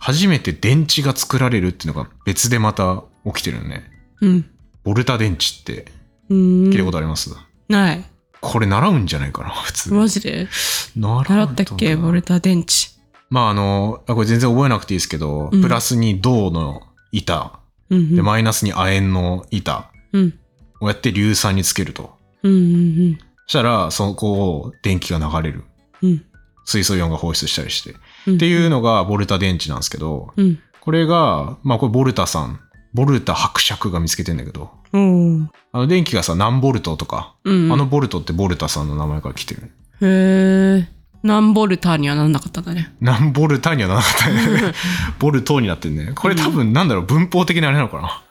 Speaker 1: 初めて電池が作られるっていうのが別でまた起きてるのね。
Speaker 2: うん。
Speaker 1: ボルタ電池って
Speaker 2: うん。
Speaker 1: 聞いたことあります、
Speaker 2: ない。
Speaker 1: これ習うんじゃないかな、普通。
Speaker 2: マジで
Speaker 1: 習うと思
Speaker 2: 習
Speaker 1: う
Speaker 2: ったっけボルタ電池。
Speaker 1: まああの、あこれ全然覚えなくていいですけど、
Speaker 2: うん
Speaker 1: プラスに銅の板、
Speaker 2: うんうん。
Speaker 1: で、マイナスに亜鉛の板
Speaker 2: うん。
Speaker 1: をやって硫酸につけると。
Speaker 2: うんうん
Speaker 1: そしたら、そこを電気が流れる。
Speaker 2: うん。うん。
Speaker 1: 水素イオンが放出したりして。っ
Speaker 2: うん
Speaker 1: ていうのがボルタ電池なんですけど、
Speaker 2: うん。
Speaker 1: これが、まあこれボルタさん、ボルタ伯爵が見つけてんだけど、
Speaker 2: おー
Speaker 1: あの電気がさ、何ボルトとか、
Speaker 2: うん。
Speaker 1: あの、ボルトってボルタさんの名前から来てる。
Speaker 2: へえ。何ボルターにはなんなかったんだね。
Speaker 1: 何ボルタにはならなかったね。 ボルトになってんね。これ多分なんだろう、文法的なあれなのかな。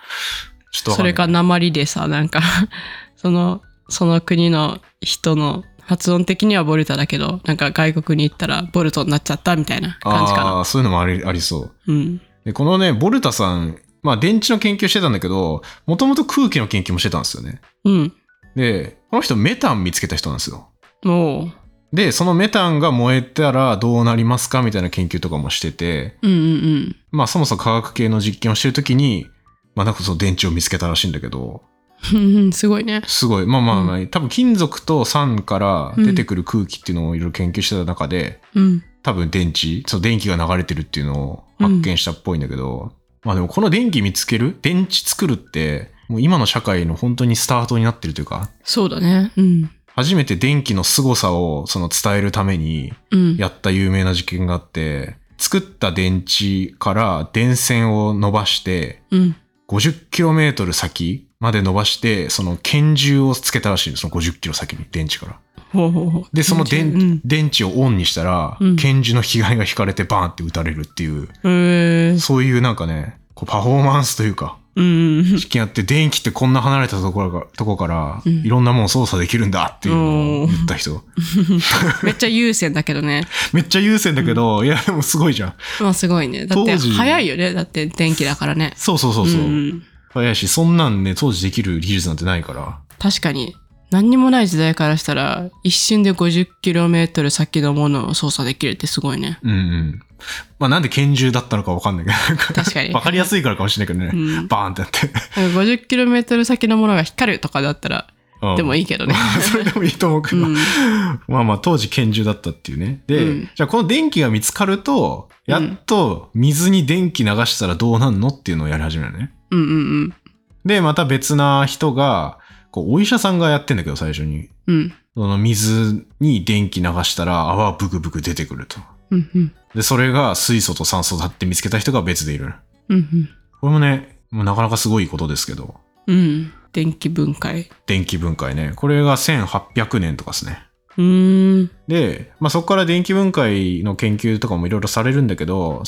Speaker 1: ちょっとわ
Speaker 2: そ
Speaker 1: かんな
Speaker 2: れ
Speaker 1: い。
Speaker 2: か鉛でさ、なんか、 その、その国の人の発音的にはボルタだけど、なんか外国に行ったらボルトになっちゃったみたいな感じかな。
Speaker 1: ああー、そういうのもありありそう。
Speaker 2: うん。
Speaker 1: で、このね、ボルタさん、まあ電池の研究してたんだけど、もともと空気の研究もしてたんですよね。
Speaker 2: うん。
Speaker 1: で、この人メタン見つけた人なんですよ。
Speaker 2: おう。
Speaker 1: で、そのメタンが燃えたらどうなりますかみたいな研究とかもしてて、
Speaker 2: うんうん
Speaker 1: まあそもそも科学系の実験をしてるときに、まあなんかその電池を見つけたらしいんだけど、
Speaker 2: うん。すごいね。
Speaker 1: すごい。まあまあまあ、多分金属と酸から出てくる空気っていうのをいろいろ研究してた中で、
Speaker 2: うん。
Speaker 1: 多分電池、そう電気が流れてるっていうのを発見したっぽいんだけど、まあでもこの電気見つける電池作るって、もう今の社会の本当にスタートになってるというか、
Speaker 2: そうだね。うん。
Speaker 1: 初めて電気の凄さをその伝えるために
Speaker 2: うん。
Speaker 1: やった有名な実験があって、作った電池から電線を伸ばして、
Speaker 2: うん。
Speaker 1: 50km 先まで伸ばして、その拳銃をつけたらしいんです、その 50km 先に、電池から。
Speaker 2: ほうほうほう。
Speaker 1: で、その電,、
Speaker 2: うん。
Speaker 1: 電池をオンにしたら、
Speaker 2: うん
Speaker 1: 拳銃の被害が引かれてバーンって撃たれるっていう、
Speaker 2: へえ。
Speaker 1: そういうなんかね、こうパフォーマンスというか、
Speaker 2: うん。
Speaker 1: 実験やって電気ってこんな離れたところがとこから、
Speaker 2: うん
Speaker 1: いろんなもん操作できるんだっていうのを言った人。
Speaker 2: めっちゃ優先だけどね。
Speaker 1: めっちゃ優先だけど、いやでもすごいじゃん。
Speaker 2: まあすごいね。だって
Speaker 1: 当時
Speaker 2: 早いよね。だって電気だからね。
Speaker 1: そうそうそうそう。
Speaker 2: うん
Speaker 1: 早いし、そんなんね、当時できる技術なんてないから。
Speaker 2: 確かに。何にもない時代からしたら、一瞬で 50km 先のものを操作できるってすごいね。
Speaker 1: うんうん。まあなんで拳銃だったの かわかんないけどなん、
Speaker 2: 確かに
Speaker 1: わかりやすいからかもしれないけど
Speaker 2: う
Speaker 1: ね。
Speaker 2: ん。
Speaker 1: バーンってやって。
Speaker 2: 50km 先のものが光るとかだったら、
Speaker 1: うん
Speaker 2: でもいいけどね。
Speaker 1: それでもいいと思うけ
Speaker 2: う
Speaker 1: ど。
Speaker 2: ん。
Speaker 1: まあまあ当時拳銃だったっていうね。で、
Speaker 2: うん
Speaker 1: じゃあこの電気が見つかると、
Speaker 2: うん
Speaker 1: やっと水に電気流したらどうなんのっていうのをやり始めるね。
Speaker 2: うんうん
Speaker 1: で、また別な人が、こうお医者さんがやってんだけど最初に。
Speaker 2: うん。うん。
Speaker 1: その水に電気流したら泡ブクブク出てくると。
Speaker 2: うんうん。
Speaker 1: で、それが水素と酸素だって見つけた人が別でいる。
Speaker 2: うん
Speaker 1: これもね、もうなかなかすごいことですけど、
Speaker 2: うん。うん。電気分解。
Speaker 1: 電気分解ね。これが1800年とかですね。
Speaker 2: うーん。
Speaker 1: で、まあ、そこから電気分解の研究とかもいろいろされるんだけど、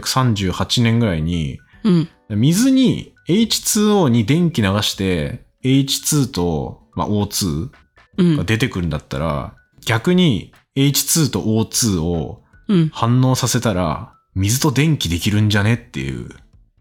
Speaker 1: 1838年ぐらいに、
Speaker 2: うん。
Speaker 1: 水に H2O に電気流して、H2 と、まあ、O2
Speaker 2: う
Speaker 1: が
Speaker 2: ん。
Speaker 1: 出てくるんだったら、逆に H2 と O2 を
Speaker 2: うん。
Speaker 1: 反応させたら、水と電気できるんじゃねっていう、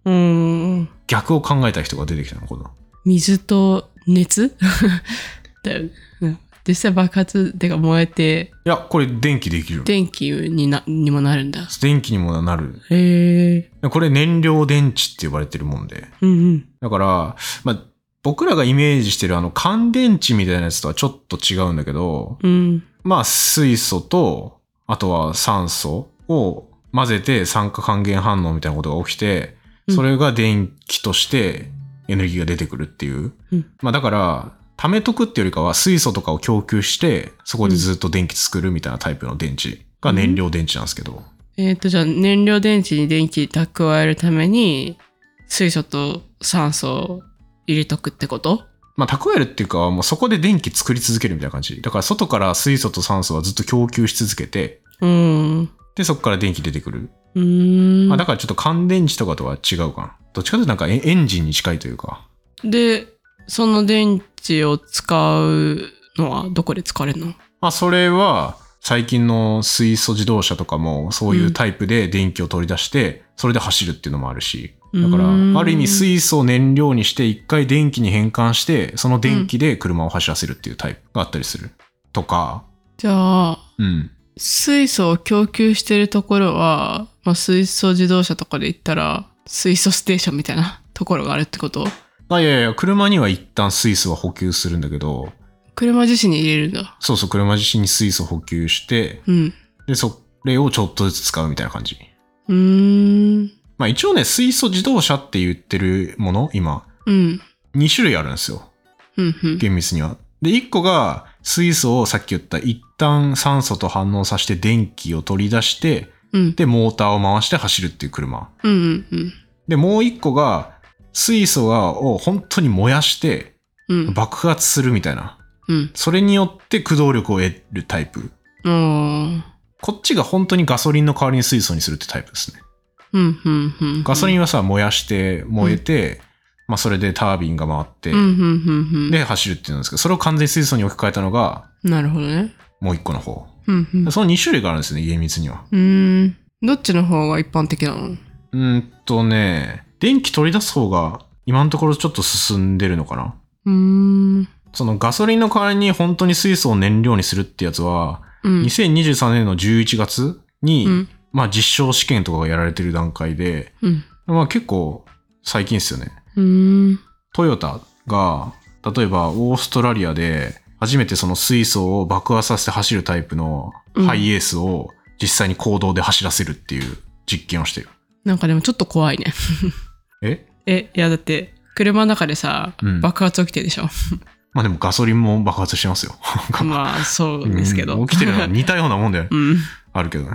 Speaker 2: うん。
Speaker 1: 逆を考えた人が出てきたの、この。
Speaker 2: 水と熱 だよね。うん実際爆発でか燃えて、
Speaker 1: いや、これ電気できる。
Speaker 2: 電気になにもなるんだ。
Speaker 1: 電気にもなる。
Speaker 2: へえ。
Speaker 1: これ燃料電池って呼ばれてるもんで。
Speaker 2: うんうん。
Speaker 1: だから、まあ、僕らがイメージしてるあの乾電池みたいなやつとはちょっと違うんだけど、
Speaker 2: うん。
Speaker 1: まあ水素と、あとは酸素を混ぜて酸化還元反応みたいなことが起きて
Speaker 2: うん
Speaker 1: それが電気としてエネルギーが出てくるっていう、
Speaker 2: うん
Speaker 1: まあだから貯めとくっていうよりかは水素とかを供給してそこでずっと電気作るみたいなタイプの電池が燃料電池なんですけど、
Speaker 2: えっ、と、じゃあ燃料電池に電気蓄えるために、水素と酸素を入れとくってこと
Speaker 1: まあ蓄えるっていうかもうそこで電気作り続けるみたいな感じだから外から水素と酸素はずっと供給し続けて
Speaker 2: うん。う
Speaker 1: でそこから電気出てくる、
Speaker 2: ーん
Speaker 1: まあ、だからちょっと乾電池とかとは違うかなどっちかというとなんかエエンジンに近いというか
Speaker 2: で、その電池を使うのはどこで使われるの
Speaker 1: まあ、それは最近の水素自動車とかもそういうタイプで電気を取り出してそれで走るっていうのもあるしだか
Speaker 2: うーん
Speaker 1: らある意味水素を燃料にして一回電気に変換してその電気で車を走らせるっていうタイプがあったりするとか
Speaker 2: じゃあ、
Speaker 1: うん
Speaker 2: 水素を供給してるところは、まあ、水素自動車とかで言ったら、水素ステーションみたいな ところがあるってこと
Speaker 1: あいやいや車には一旦水素は補給するんだけど
Speaker 2: 車自身に入れるんだ。
Speaker 1: そうそう車自身に水素補給して
Speaker 2: うん。
Speaker 1: でそれをちょっとずつ使うみたいな感じ
Speaker 2: うーん。
Speaker 1: まあ一応ね水素自動車って言ってるもの今
Speaker 2: うん。
Speaker 1: 2種類あるんですよ
Speaker 2: うん。うん。
Speaker 1: 厳密には。で、一個が水素をさっき言った一旦酸素と反応させて電気を取り出して、
Speaker 2: うん。
Speaker 1: で、モーターを回して走るっていう車。
Speaker 2: うん。うん。うん。
Speaker 1: で、もう一個が水素がを本当に燃やして
Speaker 2: うん。
Speaker 1: 爆発するみたいな。
Speaker 2: うん。
Speaker 1: それによって駆動力を得るタイプ。
Speaker 2: ああ。
Speaker 1: こっちが本当にガソリンの代わりに水素にするってタイプですね。
Speaker 2: うん。うん。うん。
Speaker 1: ガソリ
Speaker 2: ン
Speaker 1: ンはさ、燃やして燃えて、まあそれでタービンが回って、
Speaker 2: うん。うん。うん。
Speaker 1: で走るっていうんですけど、それを完全に水素に置き換えたのが
Speaker 2: うん。なるほどね。
Speaker 1: もう一個の方。
Speaker 2: うん。うん。う
Speaker 1: その2種類があるんですね、厳密には。
Speaker 2: ーん。どっちの方が一般的なの
Speaker 1: うーんとね、電気取り出す方が今のところちょっと進んでるのかな。
Speaker 2: うーん。
Speaker 1: そのガソリンの代わりに本当に水素を燃料にするってやつは、
Speaker 2: うん。
Speaker 1: 2023年の11月に、
Speaker 2: うん。
Speaker 1: まあ実証試験とかがやられてる段階で、
Speaker 2: うん。
Speaker 1: まあ結構最近ですよね。
Speaker 2: うーん。
Speaker 1: トヨタが、例えばオーストラリアで初めてその水素を爆破させて走るタイプのハイエースを実際に公道で走らせるっていう実験をしてる。
Speaker 2: なんかでもちょっと怖いね。
Speaker 1: え
Speaker 2: え、いやだって、車の中でさ、
Speaker 1: うん
Speaker 2: 爆発起きてるでしょ。
Speaker 1: まあでもガソリンも爆発してますよ。
Speaker 2: まあ、そうですけど。
Speaker 1: うん起きてるのは似たようなもんで
Speaker 2: うん。
Speaker 1: あるけどね。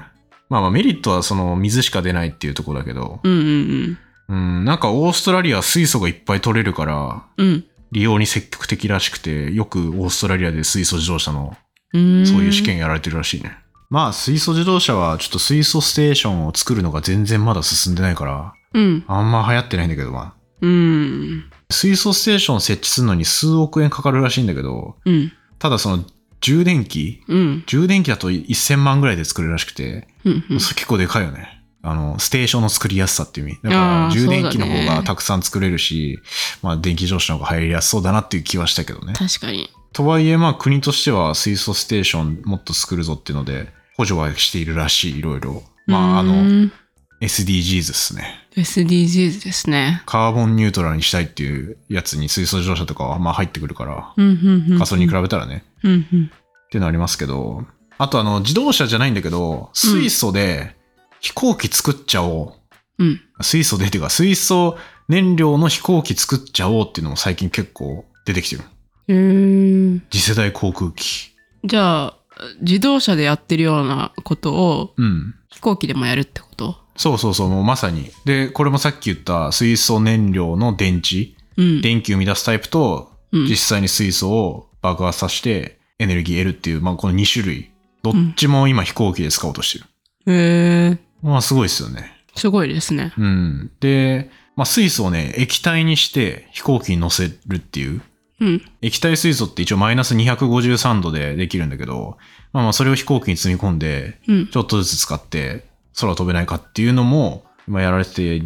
Speaker 1: まあまあメリットはその水しか出ないっていうところだけど、
Speaker 2: うんうん
Speaker 1: うん、なんかオーストラリアは水素がいっぱい取れるから、
Speaker 2: うん。うん。
Speaker 1: 利用に積極的らしくて、よくオーストラリアで水素自動車の
Speaker 2: うーん
Speaker 1: そういう試。験やられてるらしいね。まあ水素自動車はちょっと水素ステーションを作るのが全然まだ進んでないから、
Speaker 2: うん。
Speaker 1: あんま流行ってないんだけどまあ。
Speaker 2: うん。
Speaker 1: 水素ステーション設置するのに数億円かかるらしいんだけど、
Speaker 2: うん。
Speaker 1: ただその充電器
Speaker 2: うん。
Speaker 1: 充電器だと1000万ぐらいで作れるらしくて、
Speaker 2: うん。うん
Speaker 1: それ結構でかいよね。あの、ステーションの作りやすさっていう意味。だ
Speaker 2: あ
Speaker 1: から、
Speaker 2: ー
Speaker 1: 充電器の
Speaker 2: そ
Speaker 1: 方
Speaker 2: うだ
Speaker 1: が
Speaker 2: ね
Speaker 1: たくさん作れるし、まあ、電気自動車の方が入りやすそうだなっていう気はしたけどね。
Speaker 2: 確かに。
Speaker 1: とはいえ、まあ、国としては水素ステーションもっと作るぞっていうので、補助はしているらしい、いろいろ。まあ、あ
Speaker 2: う
Speaker 1: の、
Speaker 2: ーん
Speaker 1: SDGs ですね。
Speaker 2: SDGs ですね。
Speaker 1: カーボンニュートラルにしたいっていうやつに水素自動車とかはまあ入ってくるから、
Speaker 2: うんうんうん。
Speaker 1: ガソリンに比べたらね、
Speaker 2: うんうん。
Speaker 1: っていうのありますけど、あとあの、自動車じゃないんだけど、水素で飛行機作っちゃおう。
Speaker 2: うん。
Speaker 1: 水素でっていうか、水素燃料の飛行機作っちゃおうっていうのも最近結構出てきてる。
Speaker 2: えー、
Speaker 1: 次世代航空機。
Speaker 2: じゃあ、自動車でやってるようなことを
Speaker 1: うん。
Speaker 2: 飛行機でもやるってこと
Speaker 1: そうそうそう、もうまさに。で、これもさっき言った水素燃料の電池、
Speaker 2: うん。
Speaker 1: 電気を生み出すタイプと、
Speaker 2: うん
Speaker 1: 実際に水素を爆発させてエネルギー得るっていう、まあこの2種類。どっちも今飛行機で使おうとしてる。
Speaker 2: えー、
Speaker 1: まあすごいですよね。
Speaker 2: すごいですね。
Speaker 1: うん。で、まあ、水素をね、液体にして飛行機に乗せるっていう。
Speaker 2: うん。
Speaker 1: 液体水素って一応マイナス253度でできるんだけど、まあまあそれを飛行機に積み込んで、
Speaker 2: うん。
Speaker 1: ちょっとずつ使って空飛べないかっていうのも、今やられてて、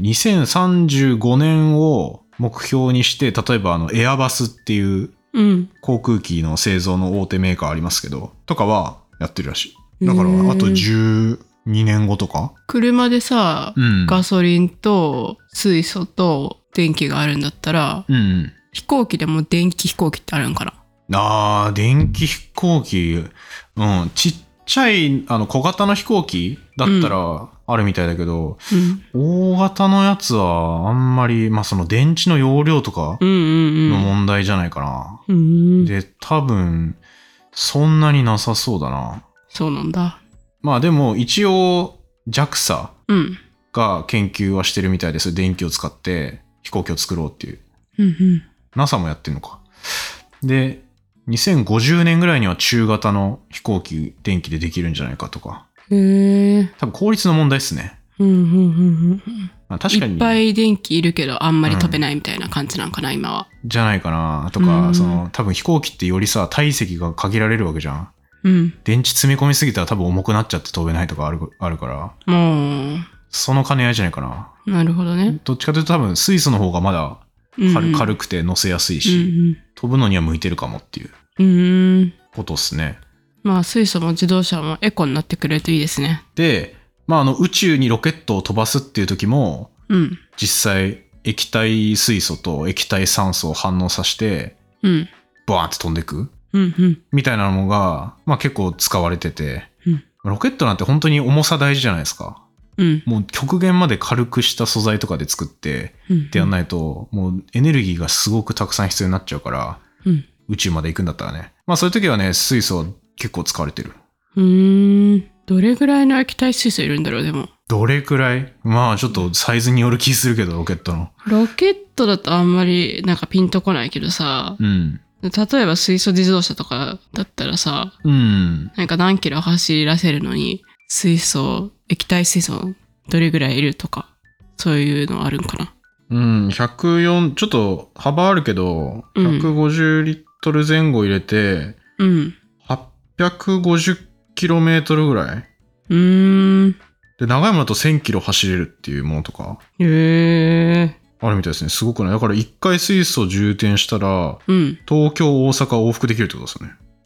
Speaker 1: 2035年を目標にして、例えばあのエアバスっていう
Speaker 2: うん。
Speaker 1: 航空機の製造の大手メーカーありますけど、とかはやってるらしい。だから
Speaker 2: へー
Speaker 1: あと12年後とか
Speaker 2: 車でさ、
Speaker 1: うん。
Speaker 2: ガソリンと水素と電気があるんだったら、
Speaker 1: うんうん。
Speaker 2: 飛行機でも電気飛行機ってあるんかな
Speaker 1: あー電気飛行機、うん、ちっちゃい、あの、小型の飛行機だったらあるみたいだけど、大型のやつはあんまり、まあその電池の容量とか
Speaker 2: うんうん
Speaker 1: の
Speaker 2: うん
Speaker 1: 問題じゃないかな。
Speaker 2: うん。
Speaker 1: で、多分、そんなになさそうだな。
Speaker 2: そうなんだ。
Speaker 1: まあでも一応 JAXA
Speaker 2: うん。
Speaker 1: が研究はしてるみたいです。電気を使って飛行機を作ろうっていう。
Speaker 2: うんうん。
Speaker 1: NASA もやってるのか。で、2050年ぐらいには中型の飛行機電気でできるんじゃないかとか。
Speaker 2: へえ。
Speaker 1: 多分効率の問題ですね。
Speaker 2: うんうんうんうん。
Speaker 1: まあ確か
Speaker 2: いっ
Speaker 1: に
Speaker 2: ぱい電気いるけど、あんまり飛べないみたいな感じなんかな、今は。
Speaker 1: じゃないかなと
Speaker 2: う
Speaker 1: か、
Speaker 2: ん
Speaker 1: その多分飛行機ってよりさ体積が限られるわけじゃん。
Speaker 2: うん。
Speaker 1: 電池積み込みすぎたら多分重くなっちゃって飛べないとかあるあるから、
Speaker 2: も
Speaker 1: その兼ね合いじゃないかな。
Speaker 2: う、なるほどね。
Speaker 1: どっちかというと多分水素の方がまだ軽軽くて乗せやすい
Speaker 2: い
Speaker 1: し、飛ぶのには向いてるかもっていう
Speaker 2: うんうん。うん。
Speaker 1: ことっすね。
Speaker 2: まあ、水素も自動車もエコになってくれるといいですね。
Speaker 1: で、まあ、あの宇宙にロケットを飛ばすっていう時も
Speaker 2: うん。
Speaker 1: 実際液体水素と液体酸素を反応させて
Speaker 2: うん。
Speaker 1: バーンって飛んでく
Speaker 2: うんうん。
Speaker 1: みたいなのが、まあ、結構使われてて、
Speaker 2: うん
Speaker 1: ロケットなんて本当に重さ大事じゃないですか。
Speaker 2: うん。
Speaker 1: もう極限まで軽くした素材とかで作って
Speaker 2: うん。
Speaker 1: ってやんないと、もうエネルギーがすごくたくさん必要になっちゃうから、
Speaker 2: うん。
Speaker 1: 宇宙まで行くんだったらね。まあそういう時はね、水素は結構使われてる。
Speaker 2: うーん。どれぐらいの液体水素いるんだろう、でも。
Speaker 1: どれくらいまあちょっとサイズによる気するけど、ロケットの。
Speaker 2: ロケットだとあんまりなんかピンとこないけどさ、
Speaker 1: うん。
Speaker 2: 例えば水素自動車とかだったらさ、
Speaker 1: うん。
Speaker 2: なんか何キロ走らせるのに水素、液体水素どれぐらいいるとか、そういうのあるんかな。
Speaker 1: うん、104、ちょっと幅あるけど、
Speaker 2: うん
Speaker 1: 150リットル前後入れて、
Speaker 2: うん。
Speaker 1: 850キロメートルぐらい。
Speaker 2: うーん。
Speaker 1: で、長いものだと1000キロ走れるっていうものとか、
Speaker 2: へえ。
Speaker 1: あるみたいですね。すごくないだから1回水素充填したら、
Speaker 2: うん。
Speaker 1: 東京、大阪往復できるってことで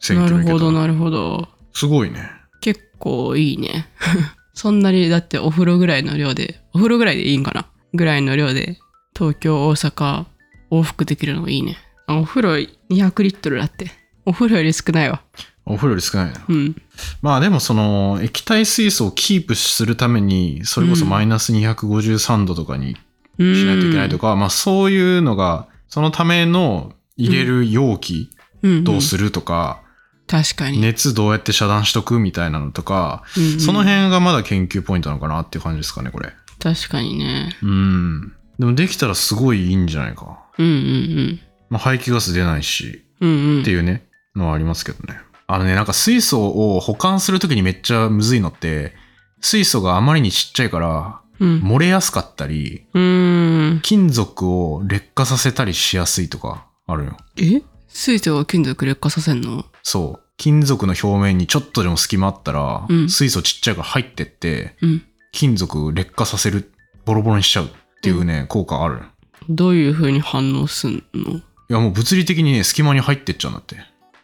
Speaker 1: すよね。1000
Speaker 2: な
Speaker 1: キロい
Speaker 2: る
Speaker 1: けた
Speaker 2: ほ
Speaker 1: ら
Speaker 2: ど、なるほど。
Speaker 1: すごいね。
Speaker 2: 結構いいね。 そんなにだってお風呂ぐらいの量で、お風呂ぐらいでいいんかなぐらいの量で、東京、大阪、往復できるのいいね。あお風呂200リットルだって。お風呂より少ないわ。
Speaker 1: お風呂より少ないな。
Speaker 2: うん。
Speaker 1: まあでもその液体水素をキープするためにそれこそ
Speaker 2: うん
Speaker 1: マイナス253度とかに
Speaker 2: うん
Speaker 1: しないといけないとか、まあそういうのがそのための入れる容器
Speaker 2: うん
Speaker 1: どう
Speaker 2: る
Speaker 1: するとか、
Speaker 2: 確かに。
Speaker 1: 熱どうやって遮断しとくみたいなのとか、
Speaker 2: うん
Speaker 1: その辺がまだ研究ポイントなのかなっていう感じですかねこれ
Speaker 2: 確かにね。
Speaker 1: うんでもできたらすごいいいんじゃないか、
Speaker 2: うんうん
Speaker 1: まあ、排気ガス出ないし
Speaker 2: うん。うんうん。
Speaker 1: って
Speaker 2: う。
Speaker 1: いうね、のはありますけどね。あのね、なんか水素を保管するときにめっちゃむずいのって、水素があまりにちっちゃいから、
Speaker 2: うん。
Speaker 1: 漏れやすかったり、
Speaker 2: うーん。
Speaker 1: 金属を劣化させたりしやすいとかあるよ。
Speaker 2: え水素が金属劣化させんの
Speaker 1: そう。金属の表面にちょっとでも隙間あったら、
Speaker 2: うん
Speaker 1: 水素ちっちゃいから入ってって、
Speaker 2: うん。
Speaker 1: 金属劣化させる、ボロボロにしちゃうっていうね、効果ある。
Speaker 2: どういう風に反応すんの
Speaker 1: いや、もう物理的にね、隙間に入ってっちゃうんだって。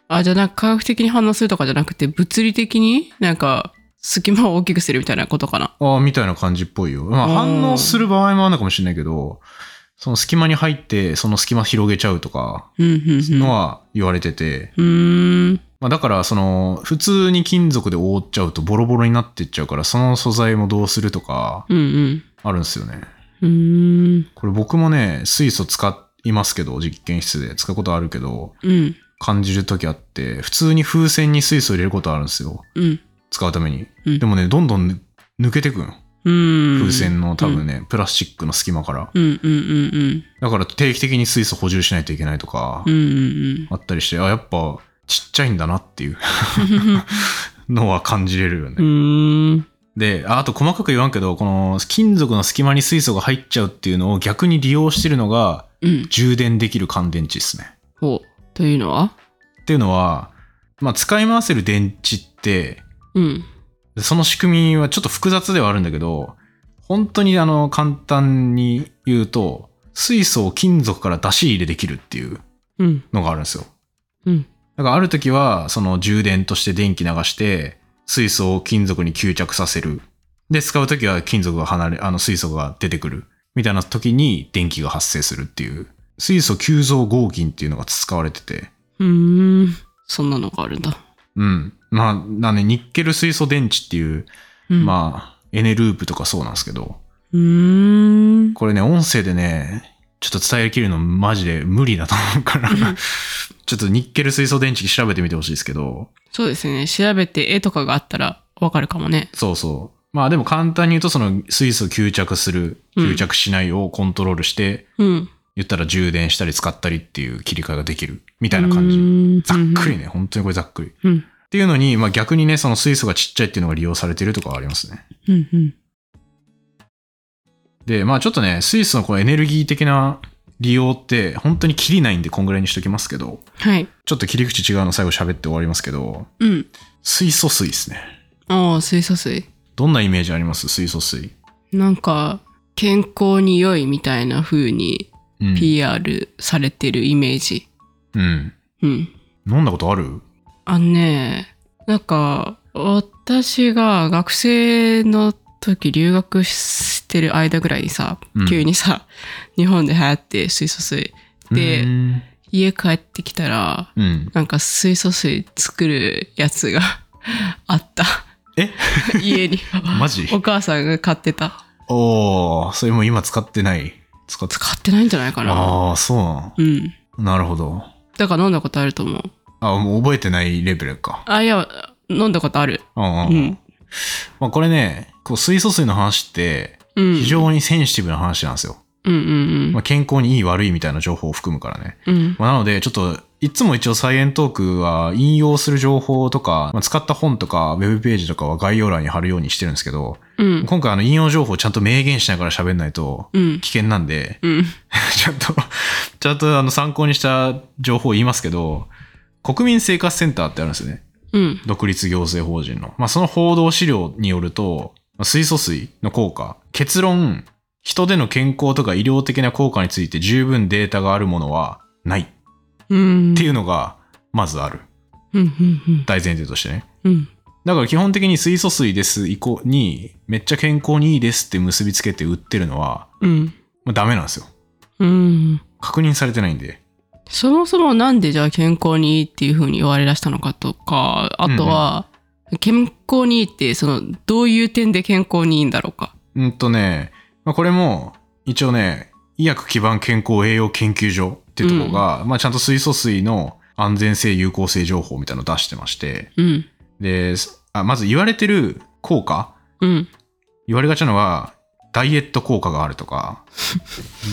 Speaker 2: あ、じゃあなんか科学的に反応するとかじゃなくて、物理的になんか隙間を大きくするみたいなことかな。
Speaker 1: ああ、みたいな感じっぽいよ。まあ、
Speaker 2: うん
Speaker 1: 反応する場合もあるのかもしれないけど、その隙間に入って、その隙間広げちゃうとか、
Speaker 2: うん、うん、うん。
Speaker 1: のは言われてて、
Speaker 2: うーん。
Speaker 1: まあ、だから、その、普通に金属で覆っちゃうとボロボロになってっちゃうから、その素材もどうするとか、
Speaker 2: うん、うん。
Speaker 1: あるんですよね。
Speaker 2: うーん。
Speaker 1: これ僕もね、水素使いますけど、実験室で使うことあるけど、
Speaker 2: うん。
Speaker 1: 感じる時あって、普通に風船に水素入れることあるんですよ。
Speaker 2: うん。
Speaker 1: 使うために。
Speaker 2: うん
Speaker 1: でもね、どんどんぬ抜けてくんよ。
Speaker 2: うん。
Speaker 1: 風船の多分ね、プラスチックの隙間から。
Speaker 2: うん。うん、うん、うん。
Speaker 1: だから定期的に水素補充しないといけないとか
Speaker 2: うん、う、ん、
Speaker 1: あったりして、あ、やっぱちっちゃいんだなっていう のは感じれるよ
Speaker 2: う
Speaker 1: ね。
Speaker 2: ん。うーん。
Speaker 1: で、ああと細かく言わんけど、この金属の隙間に水素が入っちゃうっていうのを逆に利用してるのが
Speaker 2: うん。
Speaker 1: 充電できる乾電池ですね。
Speaker 2: ほう。というのは
Speaker 1: っていうのは、まあ使い回せる電池って、
Speaker 2: うん。
Speaker 1: その仕組みはちょっと複雑ではあるんだけど、本当にあの簡単に言うと、水素を金属から出し入れできるっていう
Speaker 2: うん。
Speaker 1: のがあるんですよ。
Speaker 2: うん。
Speaker 1: だからある時は、その充電として電気流して、水素を金属に吸着させる。で、使う時は金属が離れ、あの水素が出てくる。みたいな時に電気が発生するっていう。水素急増合金っていうのが使われてて。
Speaker 2: うーん。そんなのがあるんだ。
Speaker 1: うん。まあ、なんで、ニッケル水素電池っていう、
Speaker 2: うん。あ。
Speaker 1: まあ、エネループとかそうなんですけど、
Speaker 2: うーん。
Speaker 1: これね、音声でね、ちょっと伝えきるのマジで無理だと思うから、 ちょっとニッケル水素電池調べてみてほしいですけど、
Speaker 2: そうですね。調べて絵とかがあったらわかるかもね。
Speaker 1: そうそう。まあでも簡単に言うと、その水素吸着する、
Speaker 2: うん
Speaker 1: 吸着しないをコントロールして、
Speaker 2: うん。
Speaker 1: 言ったら充電したり使ったりっていう切り替えができるみ
Speaker 2: み
Speaker 1: たいな感じ。
Speaker 2: じ
Speaker 1: ざっくり。ね、本当にこれざっくり。っ
Speaker 2: うん。
Speaker 1: ていうのに、まあ逆にね、その水素がちっちゃいっていうのが利用されてるとかはありますね。
Speaker 2: うん。うん。
Speaker 1: で、まあちょっとね、水素のこのエネルギー的な利用って本当に切りないんでこんぐらいにしときますけど、
Speaker 2: はい。
Speaker 1: ちょっと切り口違うの最後喋って終わりますけど、
Speaker 2: うん。
Speaker 1: 水素水ですね。
Speaker 2: ああ、水素水。
Speaker 1: どんなイメージあります水素水。
Speaker 2: なんか、健康に良いみたいな風に
Speaker 1: うん。
Speaker 2: PR されてるイメージ。
Speaker 1: うん。
Speaker 2: うん。
Speaker 1: 飲んだことある
Speaker 2: あのね、なんか、私が学生の時留学してる間ぐらいにさ
Speaker 1: うん、
Speaker 2: 急にさ、日本で流行って水素水。で
Speaker 1: うん。
Speaker 2: 家帰ってきたら、
Speaker 1: うん。
Speaker 2: なんか水素水作るやつが あった。
Speaker 1: え
Speaker 2: 家に。
Speaker 1: マジ
Speaker 2: お母さんが買ってた。
Speaker 1: おー、それも今使ってない。使って
Speaker 2: 使ってないんじゃないかな。
Speaker 1: ああ、そうなの
Speaker 2: うん。
Speaker 1: なるほど。
Speaker 2: だから飲んだことあると思う。
Speaker 1: あ、もう覚えてないレベルか。
Speaker 2: あ、いや、飲んだことある。
Speaker 1: うんうん。
Speaker 2: うん。
Speaker 1: まあこれね、こう水素水の話って
Speaker 2: うん。
Speaker 1: 非常にセンシティブな話なんですよ。
Speaker 2: うんうん
Speaker 1: まあ健康にいい悪いみたいな情報を含むからね。
Speaker 2: うん。うん。
Speaker 1: まあなので、ちょっと、いつも一応サイエントークは引用する情報とか、まあ使った本とか、ウェブページとかは概要欄に貼るようにしてるんですけど、
Speaker 2: うん。
Speaker 1: 今回あの引用情報をちゃんと明言しながら喋んないと
Speaker 2: うん。
Speaker 1: 危険なんで、
Speaker 2: うん。
Speaker 1: ちゃんと、ちゃんとあの参考にした情報を言いますけど、国民生活センターってあるんですよね。
Speaker 2: うん。
Speaker 1: 独立行政法人の。まあ、その報道資料によると、まあ水素水の効果、結論、人での健康とか医療的な効果について十分データがあるものはないっ
Speaker 2: うん。。
Speaker 1: ていううのが、まずある。
Speaker 2: うん。うん。
Speaker 1: 大前提としてね。
Speaker 2: うん。
Speaker 1: だから基本的に水素水です以降に、めっちゃ健康にいいですって結びつけて売ってるのは、
Speaker 2: うん。
Speaker 1: まあ、ダメなんですよ。
Speaker 2: うん。
Speaker 1: 確認されてないんで。
Speaker 2: そもそもなんでじゃあ健康にいいっていうふうに言われだしたのかとか、あとは、健康にいいって、その、どういう点で健康にいいんだろうか。
Speaker 1: うんとね、まあ、これも一応ね医薬基盤健康栄養研究所っていうところが、まあ、ちゃんと水素水の安全性有効性情報みたいなのを出してまして
Speaker 2: うん。
Speaker 1: であまず言われてる効果
Speaker 2: うん。
Speaker 1: 言われがちなのはダイエット効果があると か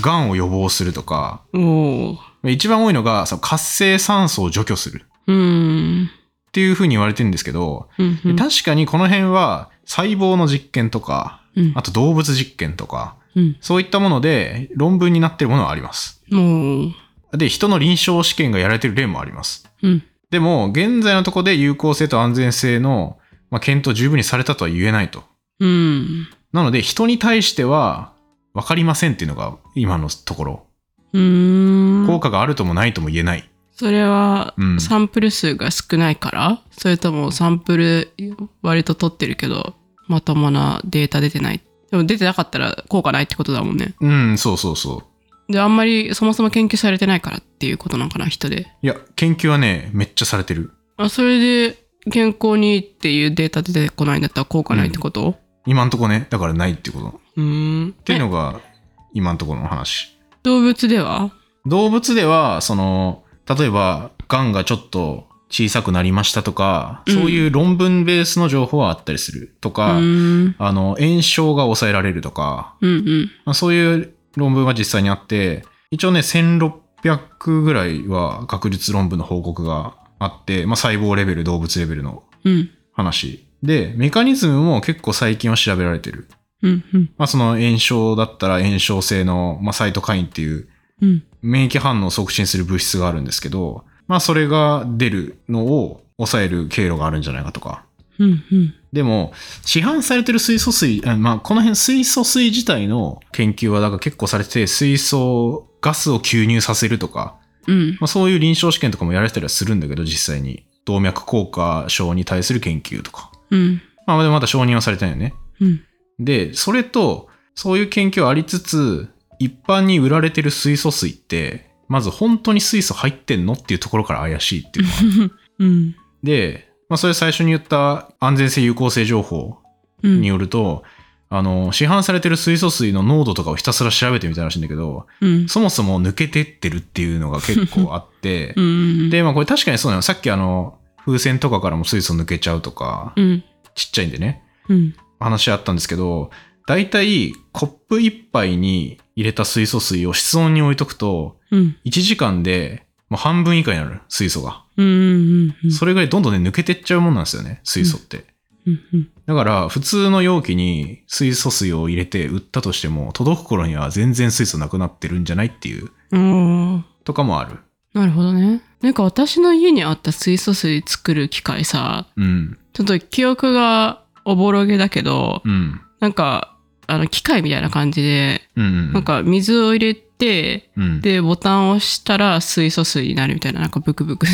Speaker 1: がんを予防するとか
Speaker 2: おー
Speaker 1: 一番多いのがその活性酸素を除去するっ
Speaker 2: うん。
Speaker 1: ていうふうに言われてるんですけど、
Speaker 2: うん。
Speaker 1: で確かにこの辺は細胞の実験とか
Speaker 2: うん
Speaker 1: あと動物実験とか
Speaker 2: うん。
Speaker 1: そういったもので論文になってるものはあります。
Speaker 2: もう。
Speaker 1: で、人の臨床試験がやられてる例もあります。
Speaker 2: うん。
Speaker 1: でも、現在のところで有効性と安全性の、まあ、検討十分にされたとは言えないと。
Speaker 2: うん。
Speaker 1: なので、人に対しては分かりませんっていうのが今のところ。
Speaker 2: うーん。
Speaker 1: 効果があるともないとも言えない。
Speaker 2: それは
Speaker 1: うん
Speaker 2: サンプル数が少ないから、それともサンプル割と取ってるけどまともなデータ出てないでも出てなかったら効果ないってことだもんね
Speaker 1: うん、そうそうそう。
Speaker 2: であんまりそもそも研究されてないからっていうことなんかな人で
Speaker 1: いや、研究はね、めっちゃされてる。
Speaker 2: あそれで健康にいいっていうデータ出てこないんだったら効果ないってこと
Speaker 1: 今のところね、だからないってこと。
Speaker 2: うー
Speaker 1: っ
Speaker 2: ん
Speaker 1: ていう
Speaker 2: え
Speaker 1: のが、今のところの話。
Speaker 2: 動物では
Speaker 1: 動物ではその例えばがんがちょっと小さくなりましたとか、
Speaker 2: うん
Speaker 1: そういう論文ベースの情報はあったりすると
Speaker 2: う
Speaker 1: か、
Speaker 2: ーん
Speaker 1: あの炎症が抑えられるとか、
Speaker 2: うんうん
Speaker 1: まあ、そういう論文は実際にあって一応ね1600ぐらいは確率論文の報告があって、まあ、細胞レベル動物レベルの
Speaker 2: うん
Speaker 1: 話でメカニズムも結構最近は調べられてる、
Speaker 2: うんうん
Speaker 1: まあ、その炎症だったら炎症性の、まあ、サイトカインっていう
Speaker 2: うん
Speaker 1: 免疫反応を促進する物質があるんですけど、まあそれが出るのを抑える経路があるんじゃないかとか。
Speaker 2: うんうん
Speaker 1: でも、市販されてる水素水、あまあこの辺水素水自体の研究はだから結構されてて、水素ガスを吸入させるとか、
Speaker 2: うん
Speaker 1: まあそういう臨床試験とかもやられたりはするんだけど、実際に。動脈硬化症に対する研究とか。
Speaker 2: うん
Speaker 1: まあでもまだ承認はされてないよね。
Speaker 2: うん
Speaker 1: で、それと、そういう研究はありつつ、一般に売られてる水素水って、まず本当に水素入ってんのっていうところから怪しいっていうのがある
Speaker 2: うん
Speaker 1: で、まあ、それ最初に言った安全性有効性情報
Speaker 2: うん
Speaker 1: によると、あの、市販されてる水素水の濃度とかをひたすら調べてみたらしいんだけど、
Speaker 2: うん。
Speaker 1: そもそも抜けてってるっていうのが結構あって
Speaker 2: う、ん。
Speaker 1: で、まあこれ確かにそうなの。さっきあの、風船とかからも水素抜けちゃうとか、
Speaker 2: うん。
Speaker 1: ちっちゃいんでね、
Speaker 2: うん。
Speaker 1: 話あったんですけど、だいたいコップ一杯に入れた水素水を室温に置いとくと、
Speaker 2: うん。
Speaker 1: 1時間でもう半分以下になる、水素が。
Speaker 2: うん。うん。うん。
Speaker 1: それぐらいどんどんね、抜けてっちゃうもんなんですよね、水素って。
Speaker 2: うん。
Speaker 1: だから、普通の容器に水素水を入れて売ったとしても、届く頃には全然水素なくなってるんじゃないっていう、
Speaker 2: うん。おー
Speaker 1: とかもある。
Speaker 2: なるほどね。なんか私の家にあった水素水作る機械さ、
Speaker 1: うん。
Speaker 2: ちょっと記憶がおぼろげだけど、
Speaker 1: うん。
Speaker 2: なんか、あの、機械みたいな感じで、
Speaker 1: うんうん。
Speaker 2: なんか水を入れて、
Speaker 1: うん、
Speaker 2: で、ボタンを押したら水素水になるみたいな、なんかブクブクで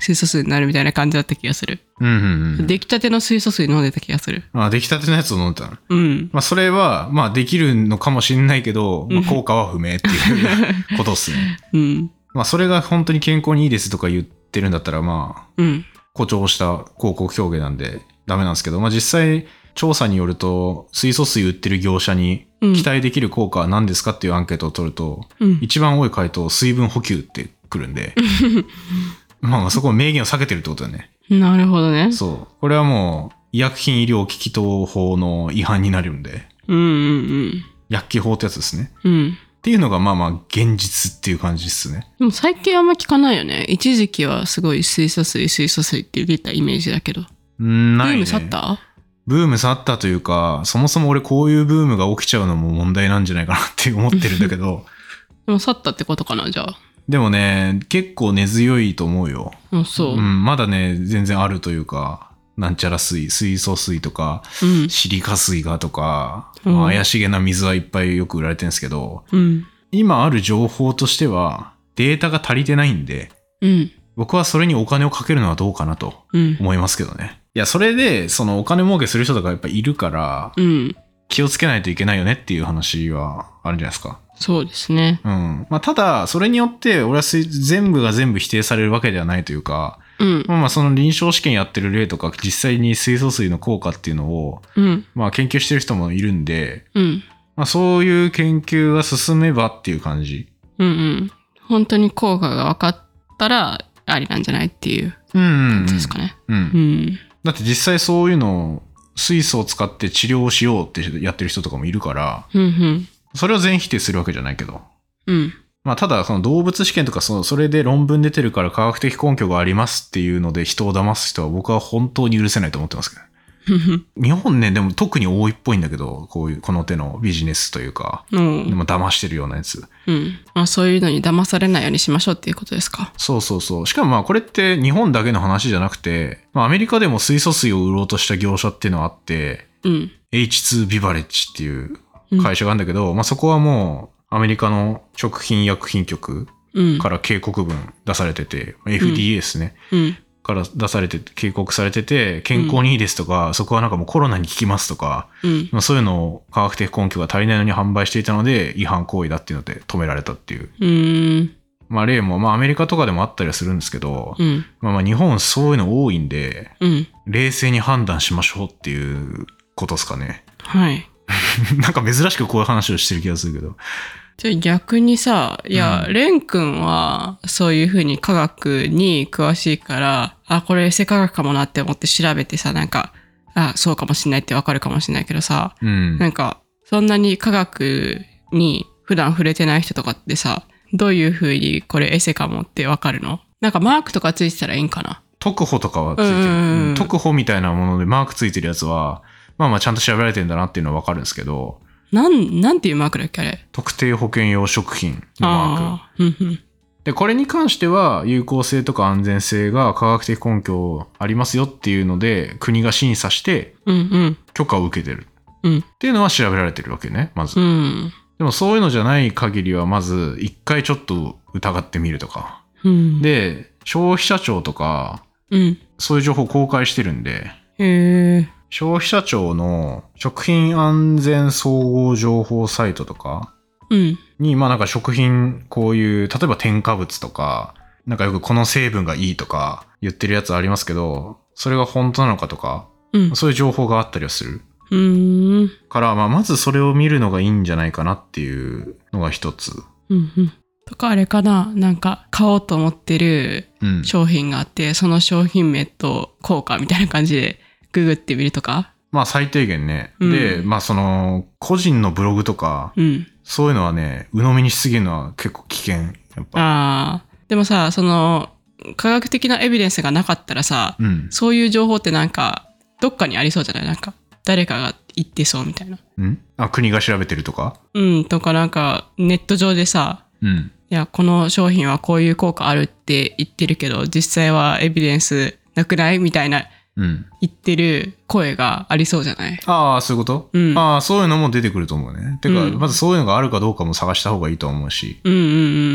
Speaker 2: 水素水になるみたいな感じだった気がする。
Speaker 1: うんうんうん。
Speaker 2: 出来たての水素水飲んでた気がする。
Speaker 1: あ、出来たてのやつを飲んでたの。
Speaker 2: うん。
Speaker 1: まあ、それは、まあ、できるのかもしれないけど、まあ
Speaker 2: うん
Speaker 1: 効果は不明っていうことっ すね。
Speaker 2: うん。
Speaker 1: まあ、それが本当に健康にいいですとか言ってるんだったら、まあ、
Speaker 2: うん。
Speaker 1: 誇張した広告表現なんで、ダメなんですけど、まあ、実際、調査によると、水素水売ってる業者に、
Speaker 2: うん
Speaker 1: 期待できる効果は何ですかっていうアンケートを取ると、
Speaker 2: うん。
Speaker 1: 一番多い回答、水分補給ってくるん で、まあまあそこを明言を避けてるってことだよね。
Speaker 2: なるほどね。
Speaker 1: そう。これはもう、医薬品医療機器等法の違反になるんで、
Speaker 2: うんうん
Speaker 1: 薬機法ってやつですね。
Speaker 2: うん。うん。
Speaker 1: っていうのがまあまあ現実っていう感じですね。
Speaker 2: でも最近あんま聞かないよね。一時期はすごい水素水、水素水って言ってたイメージだけど。
Speaker 1: うんないね。
Speaker 2: ブーム去った
Speaker 1: ブーム去ったというか、そもそも俺こういうブームが起きちゃうのも問題なんじゃないかなって思ってるんだけ ど、
Speaker 2: でも去ったってことかな、じゃあ。
Speaker 1: でもね、結構根強いと思うよ。
Speaker 2: うん、
Speaker 1: う
Speaker 2: そう。う。
Speaker 1: んん、まだね、全然あるというか、なんちゃら水、水素水とか、シリカ水がとか、
Speaker 2: うん
Speaker 1: まあ怪しげな水はいっぱいよく売られてるんですけど、
Speaker 2: うん。
Speaker 1: 今ある情報としては、データが足りてないんで、
Speaker 2: うん。
Speaker 1: 僕はそれにお金をかけるのはどうかなと
Speaker 2: うん。
Speaker 1: 思いますけどね。いや、それで、そのお金儲けする人とかやっぱいるから、
Speaker 2: うん。
Speaker 1: 気をつけないといけないよねっていう話はあるんじゃないですか。
Speaker 2: そうですね。
Speaker 1: うん。まあ、ただ、それによって、俺は水全部が全部否定されるわけではないというか、
Speaker 2: うん。
Speaker 1: まあまあ、その臨床試験やってる例とか、実際に水素水の効果っていうのを、
Speaker 2: うん。
Speaker 1: まあ、研究してる人もいるんで、
Speaker 2: うん。
Speaker 1: まあ、そういう研究が進めばっていう感じ。
Speaker 2: うん。うん。本当に効果が分かったら、ありなんじゃないっていう
Speaker 1: うんうん、うん。
Speaker 2: 感じですかね。
Speaker 1: うん
Speaker 2: う。ん。
Speaker 1: だって実際そういうのを、水素を使って治療をしようってやってる人とかもいるから、
Speaker 2: うん。うん。
Speaker 1: それを全否定するわけじゃないけど。
Speaker 2: うん。
Speaker 1: まあ、ただ、その動物試験とかその、それで論文出てるから科学的根拠がありますっていうので人を騙す人は僕は本当に許せないと思ってますけど。日本ね、でも特に多いっぽいんだけど、こういう、この手のビジネスというか、
Speaker 2: うん
Speaker 1: で。も騙してるようなやつ。
Speaker 2: うん。まあそういうのに騙されないようにしましょうっていうことですか。
Speaker 1: そうそうそう。しかもまあこれって日本だけの話じゃなくて、まあアメリカでも水素水を売ろうとした業者っていうのはあって、
Speaker 2: うん。
Speaker 1: H2 ビバレッジっていう会社があるんだけど、まあそこはもうアメリカの食品医薬品局
Speaker 2: うん。
Speaker 1: から警告文出されてて、FDA ですね。
Speaker 2: うん。
Speaker 1: から出されて、警告されてて、健康にいいですとか、そこはなんかもうコロナに効きますとか、
Speaker 2: うん。
Speaker 1: まあそういうのを科学的根拠が足りないのに販売していたので、違反行為だっていうので止められたっていう。
Speaker 2: うん。
Speaker 1: まあ例も、まあアメリカとかでもあったりはするんですけど、
Speaker 2: うん。
Speaker 1: まあまあ日本そういうの多いんで、
Speaker 2: うん。
Speaker 1: 冷静に判断しましょうっていうことですかね。
Speaker 2: はい。
Speaker 1: なんか珍しくこういう話をしてる気がするけど。
Speaker 2: じゃあ逆にさ、いや、
Speaker 1: うん
Speaker 2: レン君はそういうふうに科学に詳しいから、あ、これエセ科学かもなって思って調べてさ、なんか、あ、そうかもしんないってわかるかもしんないけどさ、
Speaker 1: うん。
Speaker 2: なんか、そんなに科学に普段触れてない人とかってさ、どういうふうにこれエセかもってわかるのなんかマークとかついてたらいいんかな
Speaker 1: 特保とかはついてる。
Speaker 2: うんうんうん
Speaker 1: うん特保みたいなものでマークついてるやつは、まあまあちゃんと調べられてんだなっていうのはわかるんですけど、
Speaker 2: なん、なんていうマークだっけあれ。
Speaker 1: 特定保険用食品のマーク。
Speaker 2: あーうんうん
Speaker 1: で、これに関しては、有効性とか安全性が科学的根拠ありますよっていうので、国が審査して
Speaker 2: うん
Speaker 1: 許可を受けてる。
Speaker 2: うん
Speaker 1: っていうのは調べられてるわけね、まず。
Speaker 2: うん。うん。
Speaker 1: でもそういうのじゃない限りは、まず、一回ちょっと疑ってみるとか。
Speaker 2: うん。、
Speaker 1: で、消費者庁とか、
Speaker 2: うん。
Speaker 1: そういう情報公開してるんで、
Speaker 2: へえ。
Speaker 1: 消費者庁の食品安全総合情報サイトとか、
Speaker 2: うん。
Speaker 1: に、まあなんか食品、こういう、例えば添加物とか、なんかよくこの成分がいいとか言ってるやつありますけど、それが本当なのかとか、
Speaker 2: うん。
Speaker 1: そういう情報があったりはする。
Speaker 2: うーん。
Speaker 1: から、まあ、まずそれを見るのがいいんじゃないかなっていうのが一つ。
Speaker 2: うんうん。とかあれかななんか買おうと思ってる
Speaker 1: うん。
Speaker 2: 商品があって、その商品名と効果みたいな感じでググってみるとか。
Speaker 1: まあ、最低限ね。
Speaker 2: うん
Speaker 1: で、まあ、その、個人のブログとか、
Speaker 2: うん。
Speaker 1: そういうのはね、鵜呑みにしすぎるのは結構危険。やっぱ。
Speaker 2: ああ。でもさ、その科学的なエビデンスがなかったらさ、
Speaker 1: うん。
Speaker 2: そういう情報ってなんかどっかにありそうじゃないなんか誰かが言ってそうみたいな。
Speaker 1: うんあ、国が調べてるとか
Speaker 2: うん。とかなんかネット上でさ、
Speaker 1: うん。
Speaker 2: いや、この商品はこういう効果あるって言ってるけど、実際はエビデンスなくないみたいな
Speaker 1: うん。
Speaker 2: 言ってる声がありそうじゃない
Speaker 1: ああ、そういうこと、
Speaker 2: うん
Speaker 1: ああ、そういうのも出てくると思うね。てか、
Speaker 2: うん
Speaker 1: まずそういうのがあるかどうかも探した方がいいと思うし。
Speaker 2: うんう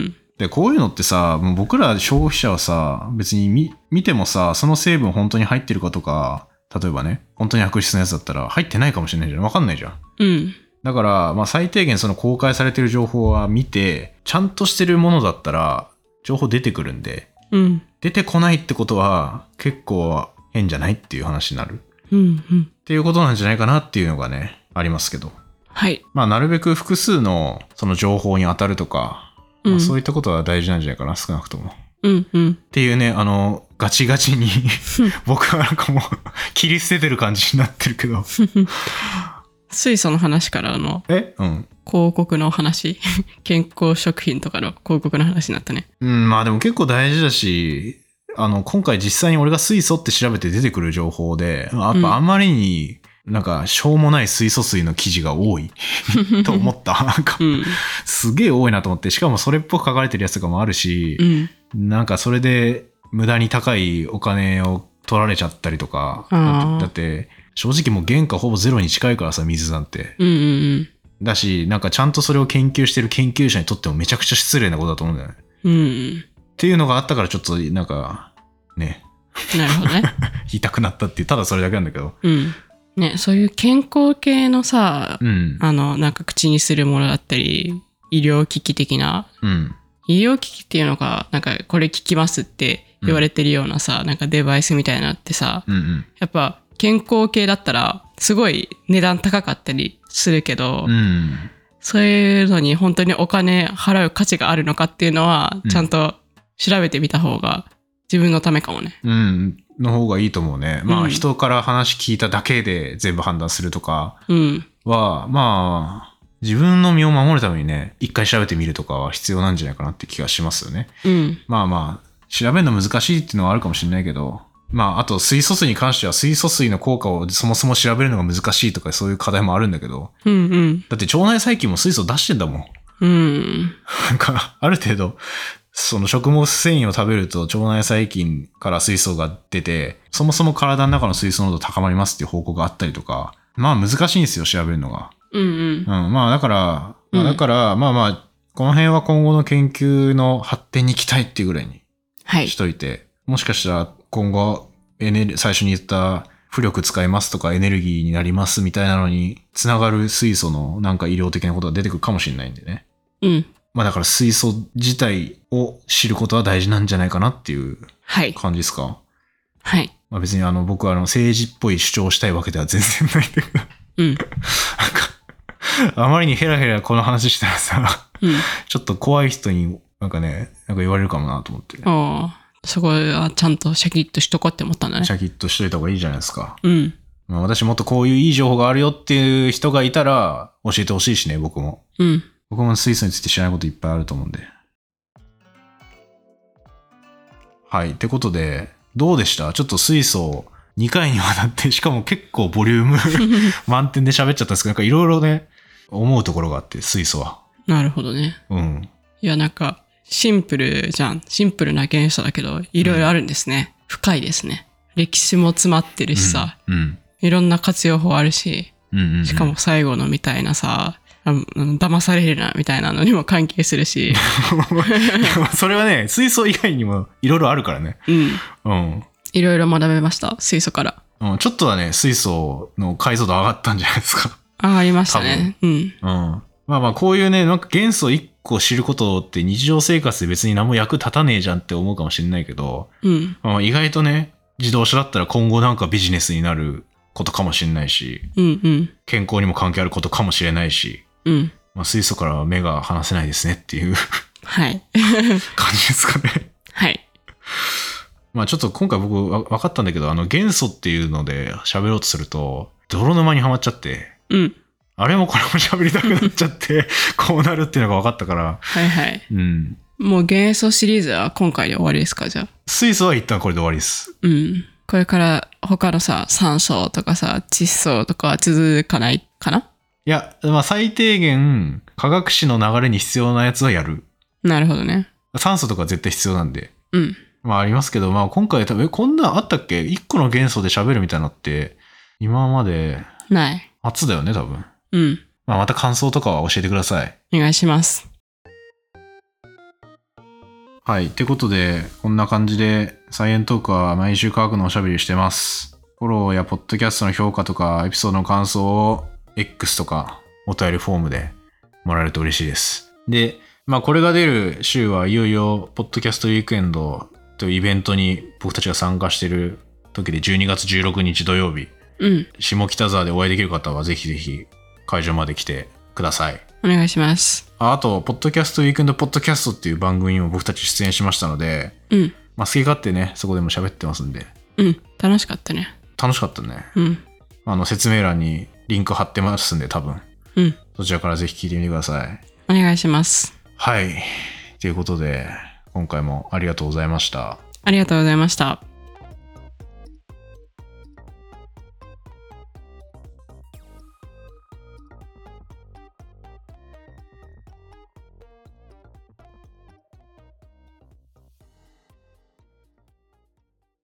Speaker 2: ん
Speaker 1: で、こういうのってさ、もう僕ら消費者はさ、別に見見てもさ、その成分本当に入ってるかとか、例えばね、本当に悪質なやつだったら入ってないかもしれないじゃん。わかんないじゃん。
Speaker 2: うん。うん。
Speaker 1: だから、まあ最低限その公開されてる情報は見て、ちゃんとしてるものだったら、情報出てくるんで、
Speaker 2: うん。
Speaker 1: 出てこないってことは、結構変じゃないっていう話になる。
Speaker 2: うんうん。
Speaker 1: っていうことなんじゃないかなっていうのがね、ありますけど。
Speaker 2: はい。
Speaker 1: まあ、なるべく複数のその情報に当たるとか、
Speaker 2: うん
Speaker 1: まあ、そういったことは大事なんじゃないかな、少なくとも。っ
Speaker 2: うんうん。
Speaker 1: ていうね、あの、ガチガ チに、僕はなんかもう、切り捨ててる感じになってるけ ど。
Speaker 2: 水素の話からの
Speaker 1: えうん。
Speaker 2: 広告の話。 健康食品とかの広告の話になったね。
Speaker 1: うん、まあでも結構大事だし、あの、今回実際に俺が水素って調べて出てくる情報で、やっ
Speaker 2: うん
Speaker 1: ぱあまりに、なんか、しょうもない水素水の記事が多 いと思った。なんか
Speaker 2: う、ん。
Speaker 1: すげえ多いなと思って、しかもそれっぽく書かれてるやつとかもあるし
Speaker 2: う、ん。
Speaker 1: なんかそれで無駄に高いお金を取られちゃったりとか、だ
Speaker 2: あ
Speaker 1: って
Speaker 2: ー
Speaker 1: だって正直もう原価ほぼゼロに近いからさ、水なんて。
Speaker 2: うんうん
Speaker 1: だし、なんかちゃんとそれを研究してる研究者にとってもめちゃくちゃ失礼なことだと思うんだよね。っ
Speaker 2: うん。うん。
Speaker 1: ていうのがあったからちょっとなんか、ね、
Speaker 2: なるほどね。
Speaker 1: 言いたくなったっていう、ただそれだけなんだけど。
Speaker 2: うん。ね、そういう健康系のさ、
Speaker 1: うん。
Speaker 2: あの、なんか口にするものだったり、医療機器的な
Speaker 1: うん。
Speaker 2: 医療機器っていうのがなんかこれ効きますって言われてるようなさ、なんかデバイスみたいなのってさ
Speaker 1: うんうん。
Speaker 2: やっぱ健康系だったらすごい値段高かったりするけど、
Speaker 1: うん。
Speaker 2: そういうのに本当にお金払う価値があるのかっていうのは
Speaker 1: うん
Speaker 2: ちゃんと調べてみた方が自分のためかもね。
Speaker 1: うん。の方がいいと思うね。ま
Speaker 2: う
Speaker 1: あ
Speaker 2: ん
Speaker 1: 人から話聞いただけで全部判断するとか、
Speaker 2: うん。
Speaker 1: は、まあ、自分の身を守るためにね、一回調べてみるとかは必要なんじゃないかなって気がしますよね。
Speaker 2: うん。
Speaker 1: まあまあ、調べるの難しいっていうのはあるかもしれないけど、まあ、あと水素水に関しては水素水の効果をそもそも調べるのが難しいとかそういう課題もあるんだけど、
Speaker 2: うんうん。
Speaker 1: だって腸内細菌も水素出してんだもん。
Speaker 2: うん。
Speaker 1: なんか、ある程度、その食物繊維を食べると腸内細菌から水素が出て、そもそも体の中の水素濃度高まりますっていう報告があったりとか、まあ難しいんですよ、調べるのが。
Speaker 2: うんうん。
Speaker 1: うん、まあだから、ま
Speaker 2: う
Speaker 1: あ、
Speaker 2: ん
Speaker 1: だから、まあまあ、この辺は今後の研究の発展に期待っていうぐらいに
Speaker 2: はい
Speaker 1: し。といて、もしかしたら今後、エネル最初に言った、浮力使いますとかエネルギーになりますみたいなのに、つながる水素のなんか医療的なことが出てくるかもしれないんでね。
Speaker 2: うん。
Speaker 1: まあだから水素自体を知ることは大事なんじゃないかなっていう
Speaker 2: はい。
Speaker 1: 感じですか。
Speaker 2: はい。
Speaker 1: まあ別にあの僕はあの政治っぽい主張をしたいわけでは全然ないんだけど、
Speaker 2: うん。
Speaker 1: なんか、あまりにヘラヘラこの話したらさ、
Speaker 2: うん。
Speaker 1: ちょっと怖い人に、なんかね、なんか言われるかもなと思って、
Speaker 2: おーそこはちゃんとシャキッとしとこうって思ったんだね
Speaker 1: シ。ャキッとしといた方がいいじゃないですか。
Speaker 2: うん。
Speaker 1: まあ、私もっとこういういい情報があるよっていう人がいたら、教えてほしいしね、僕も。
Speaker 2: うん。
Speaker 1: 僕も水素について知らないこといっぱいあると思うんで。はい。ってことで、どうでしたちょっと水素2回にわたって、しかも結構ボリュー ム満点で喋っちゃったんですけど、なんかいろいろね、思うところがあって、水素は。
Speaker 2: なるほどね。
Speaker 1: うん。
Speaker 2: いや、なんか、シンプルじゃん。シンプルな現象だけど、いろいろあるんですね。深いですね。歴史も詰まってるしさ、
Speaker 1: うん。
Speaker 2: いろんな活用法あるし、
Speaker 1: うんうん、うん。
Speaker 2: しかも最後のみたいなさ、あの騙されるなみたいなのにも関係す るし、
Speaker 1: それはね、水素以外にもいろいろあるからね。
Speaker 2: うん。
Speaker 1: うん。
Speaker 2: いろいろ学べました。水素から。
Speaker 1: うん、ちょっとはね、水素の解像度上がったんじゃないですか。
Speaker 2: あ、ありましたね。うん。
Speaker 1: うん。まあまあ、こういうね、なんか元素1個知ることって日常生活で別に何も役立たねえじゃんって思うかもしれないけど、
Speaker 2: うん。
Speaker 1: まあ、意外とね、自動車だったら今後なんかビジネスになることかもしれないし、
Speaker 2: うんうん
Speaker 1: 健康にも関係あることかもしれないし、
Speaker 2: うん
Speaker 1: まあ、水素からは目が離せないですねっていう
Speaker 2: はい
Speaker 1: 感じですかね。
Speaker 2: はい
Speaker 1: まあちょっと今回僕わ分かったんだけど、あの元素っていうので喋ろうとすると、泥沼にはまっちゃって、
Speaker 2: うん
Speaker 1: あれもこれも喋りたくなっちゃって、 こうなるっていうのが分かったから、
Speaker 2: はいはい
Speaker 1: うん。
Speaker 2: もう幻想シリーズは今回で終わりですかじゃあ
Speaker 1: 水素は一旦これで終わりです。
Speaker 2: うんこれから他のさ酸素とかさ窒素とかは続かないかない
Speaker 1: や、まあ最低限、科学史の流れに必要なやつはやる。
Speaker 2: なるほどね
Speaker 1: 酸素とか絶対必要なんで。
Speaker 2: うん
Speaker 1: まあありますけど、まあ今回多分、えこんなんあったっけ一個の元素で喋るみたいなのって、今まで
Speaker 2: ない
Speaker 1: 初だよね、多分。
Speaker 2: うん
Speaker 1: まあまた感想とかは教えてください。
Speaker 2: お願いします
Speaker 1: はい。ってことで、こんな感じで、サイエントークは毎週科学のおしゃべりしてます。フォローやポッドキャストの評価とか、エピソードの感想を、X とか、お便りフォームでもらえると嬉しいです。で、まあ、これが出る週はいよいよ、ポッドキャストウィークエンドというイベントに僕たちが参加してる時で、12月16日土曜日、
Speaker 2: うん
Speaker 1: 下北沢でお会いできる方は、ぜひぜひ会場まで来てください。
Speaker 2: お願いします
Speaker 1: ああと、ポッドキャストウィークエンドポッドキャストっていう番組にも僕たち出演しましたので、
Speaker 2: うん
Speaker 1: まあ、好き勝手ね、そこでも喋ってますんで、
Speaker 2: うん楽しかったね
Speaker 1: 楽しかったね。
Speaker 2: うん
Speaker 1: あの、説明欄にリンク貼ってますんで、多分。
Speaker 2: うん
Speaker 1: そちらからぜひ聞いてみてください。
Speaker 2: お願いします
Speaker 1: はい。ということで、今回もありがとうございました。
Speaker 2: ありがとうございました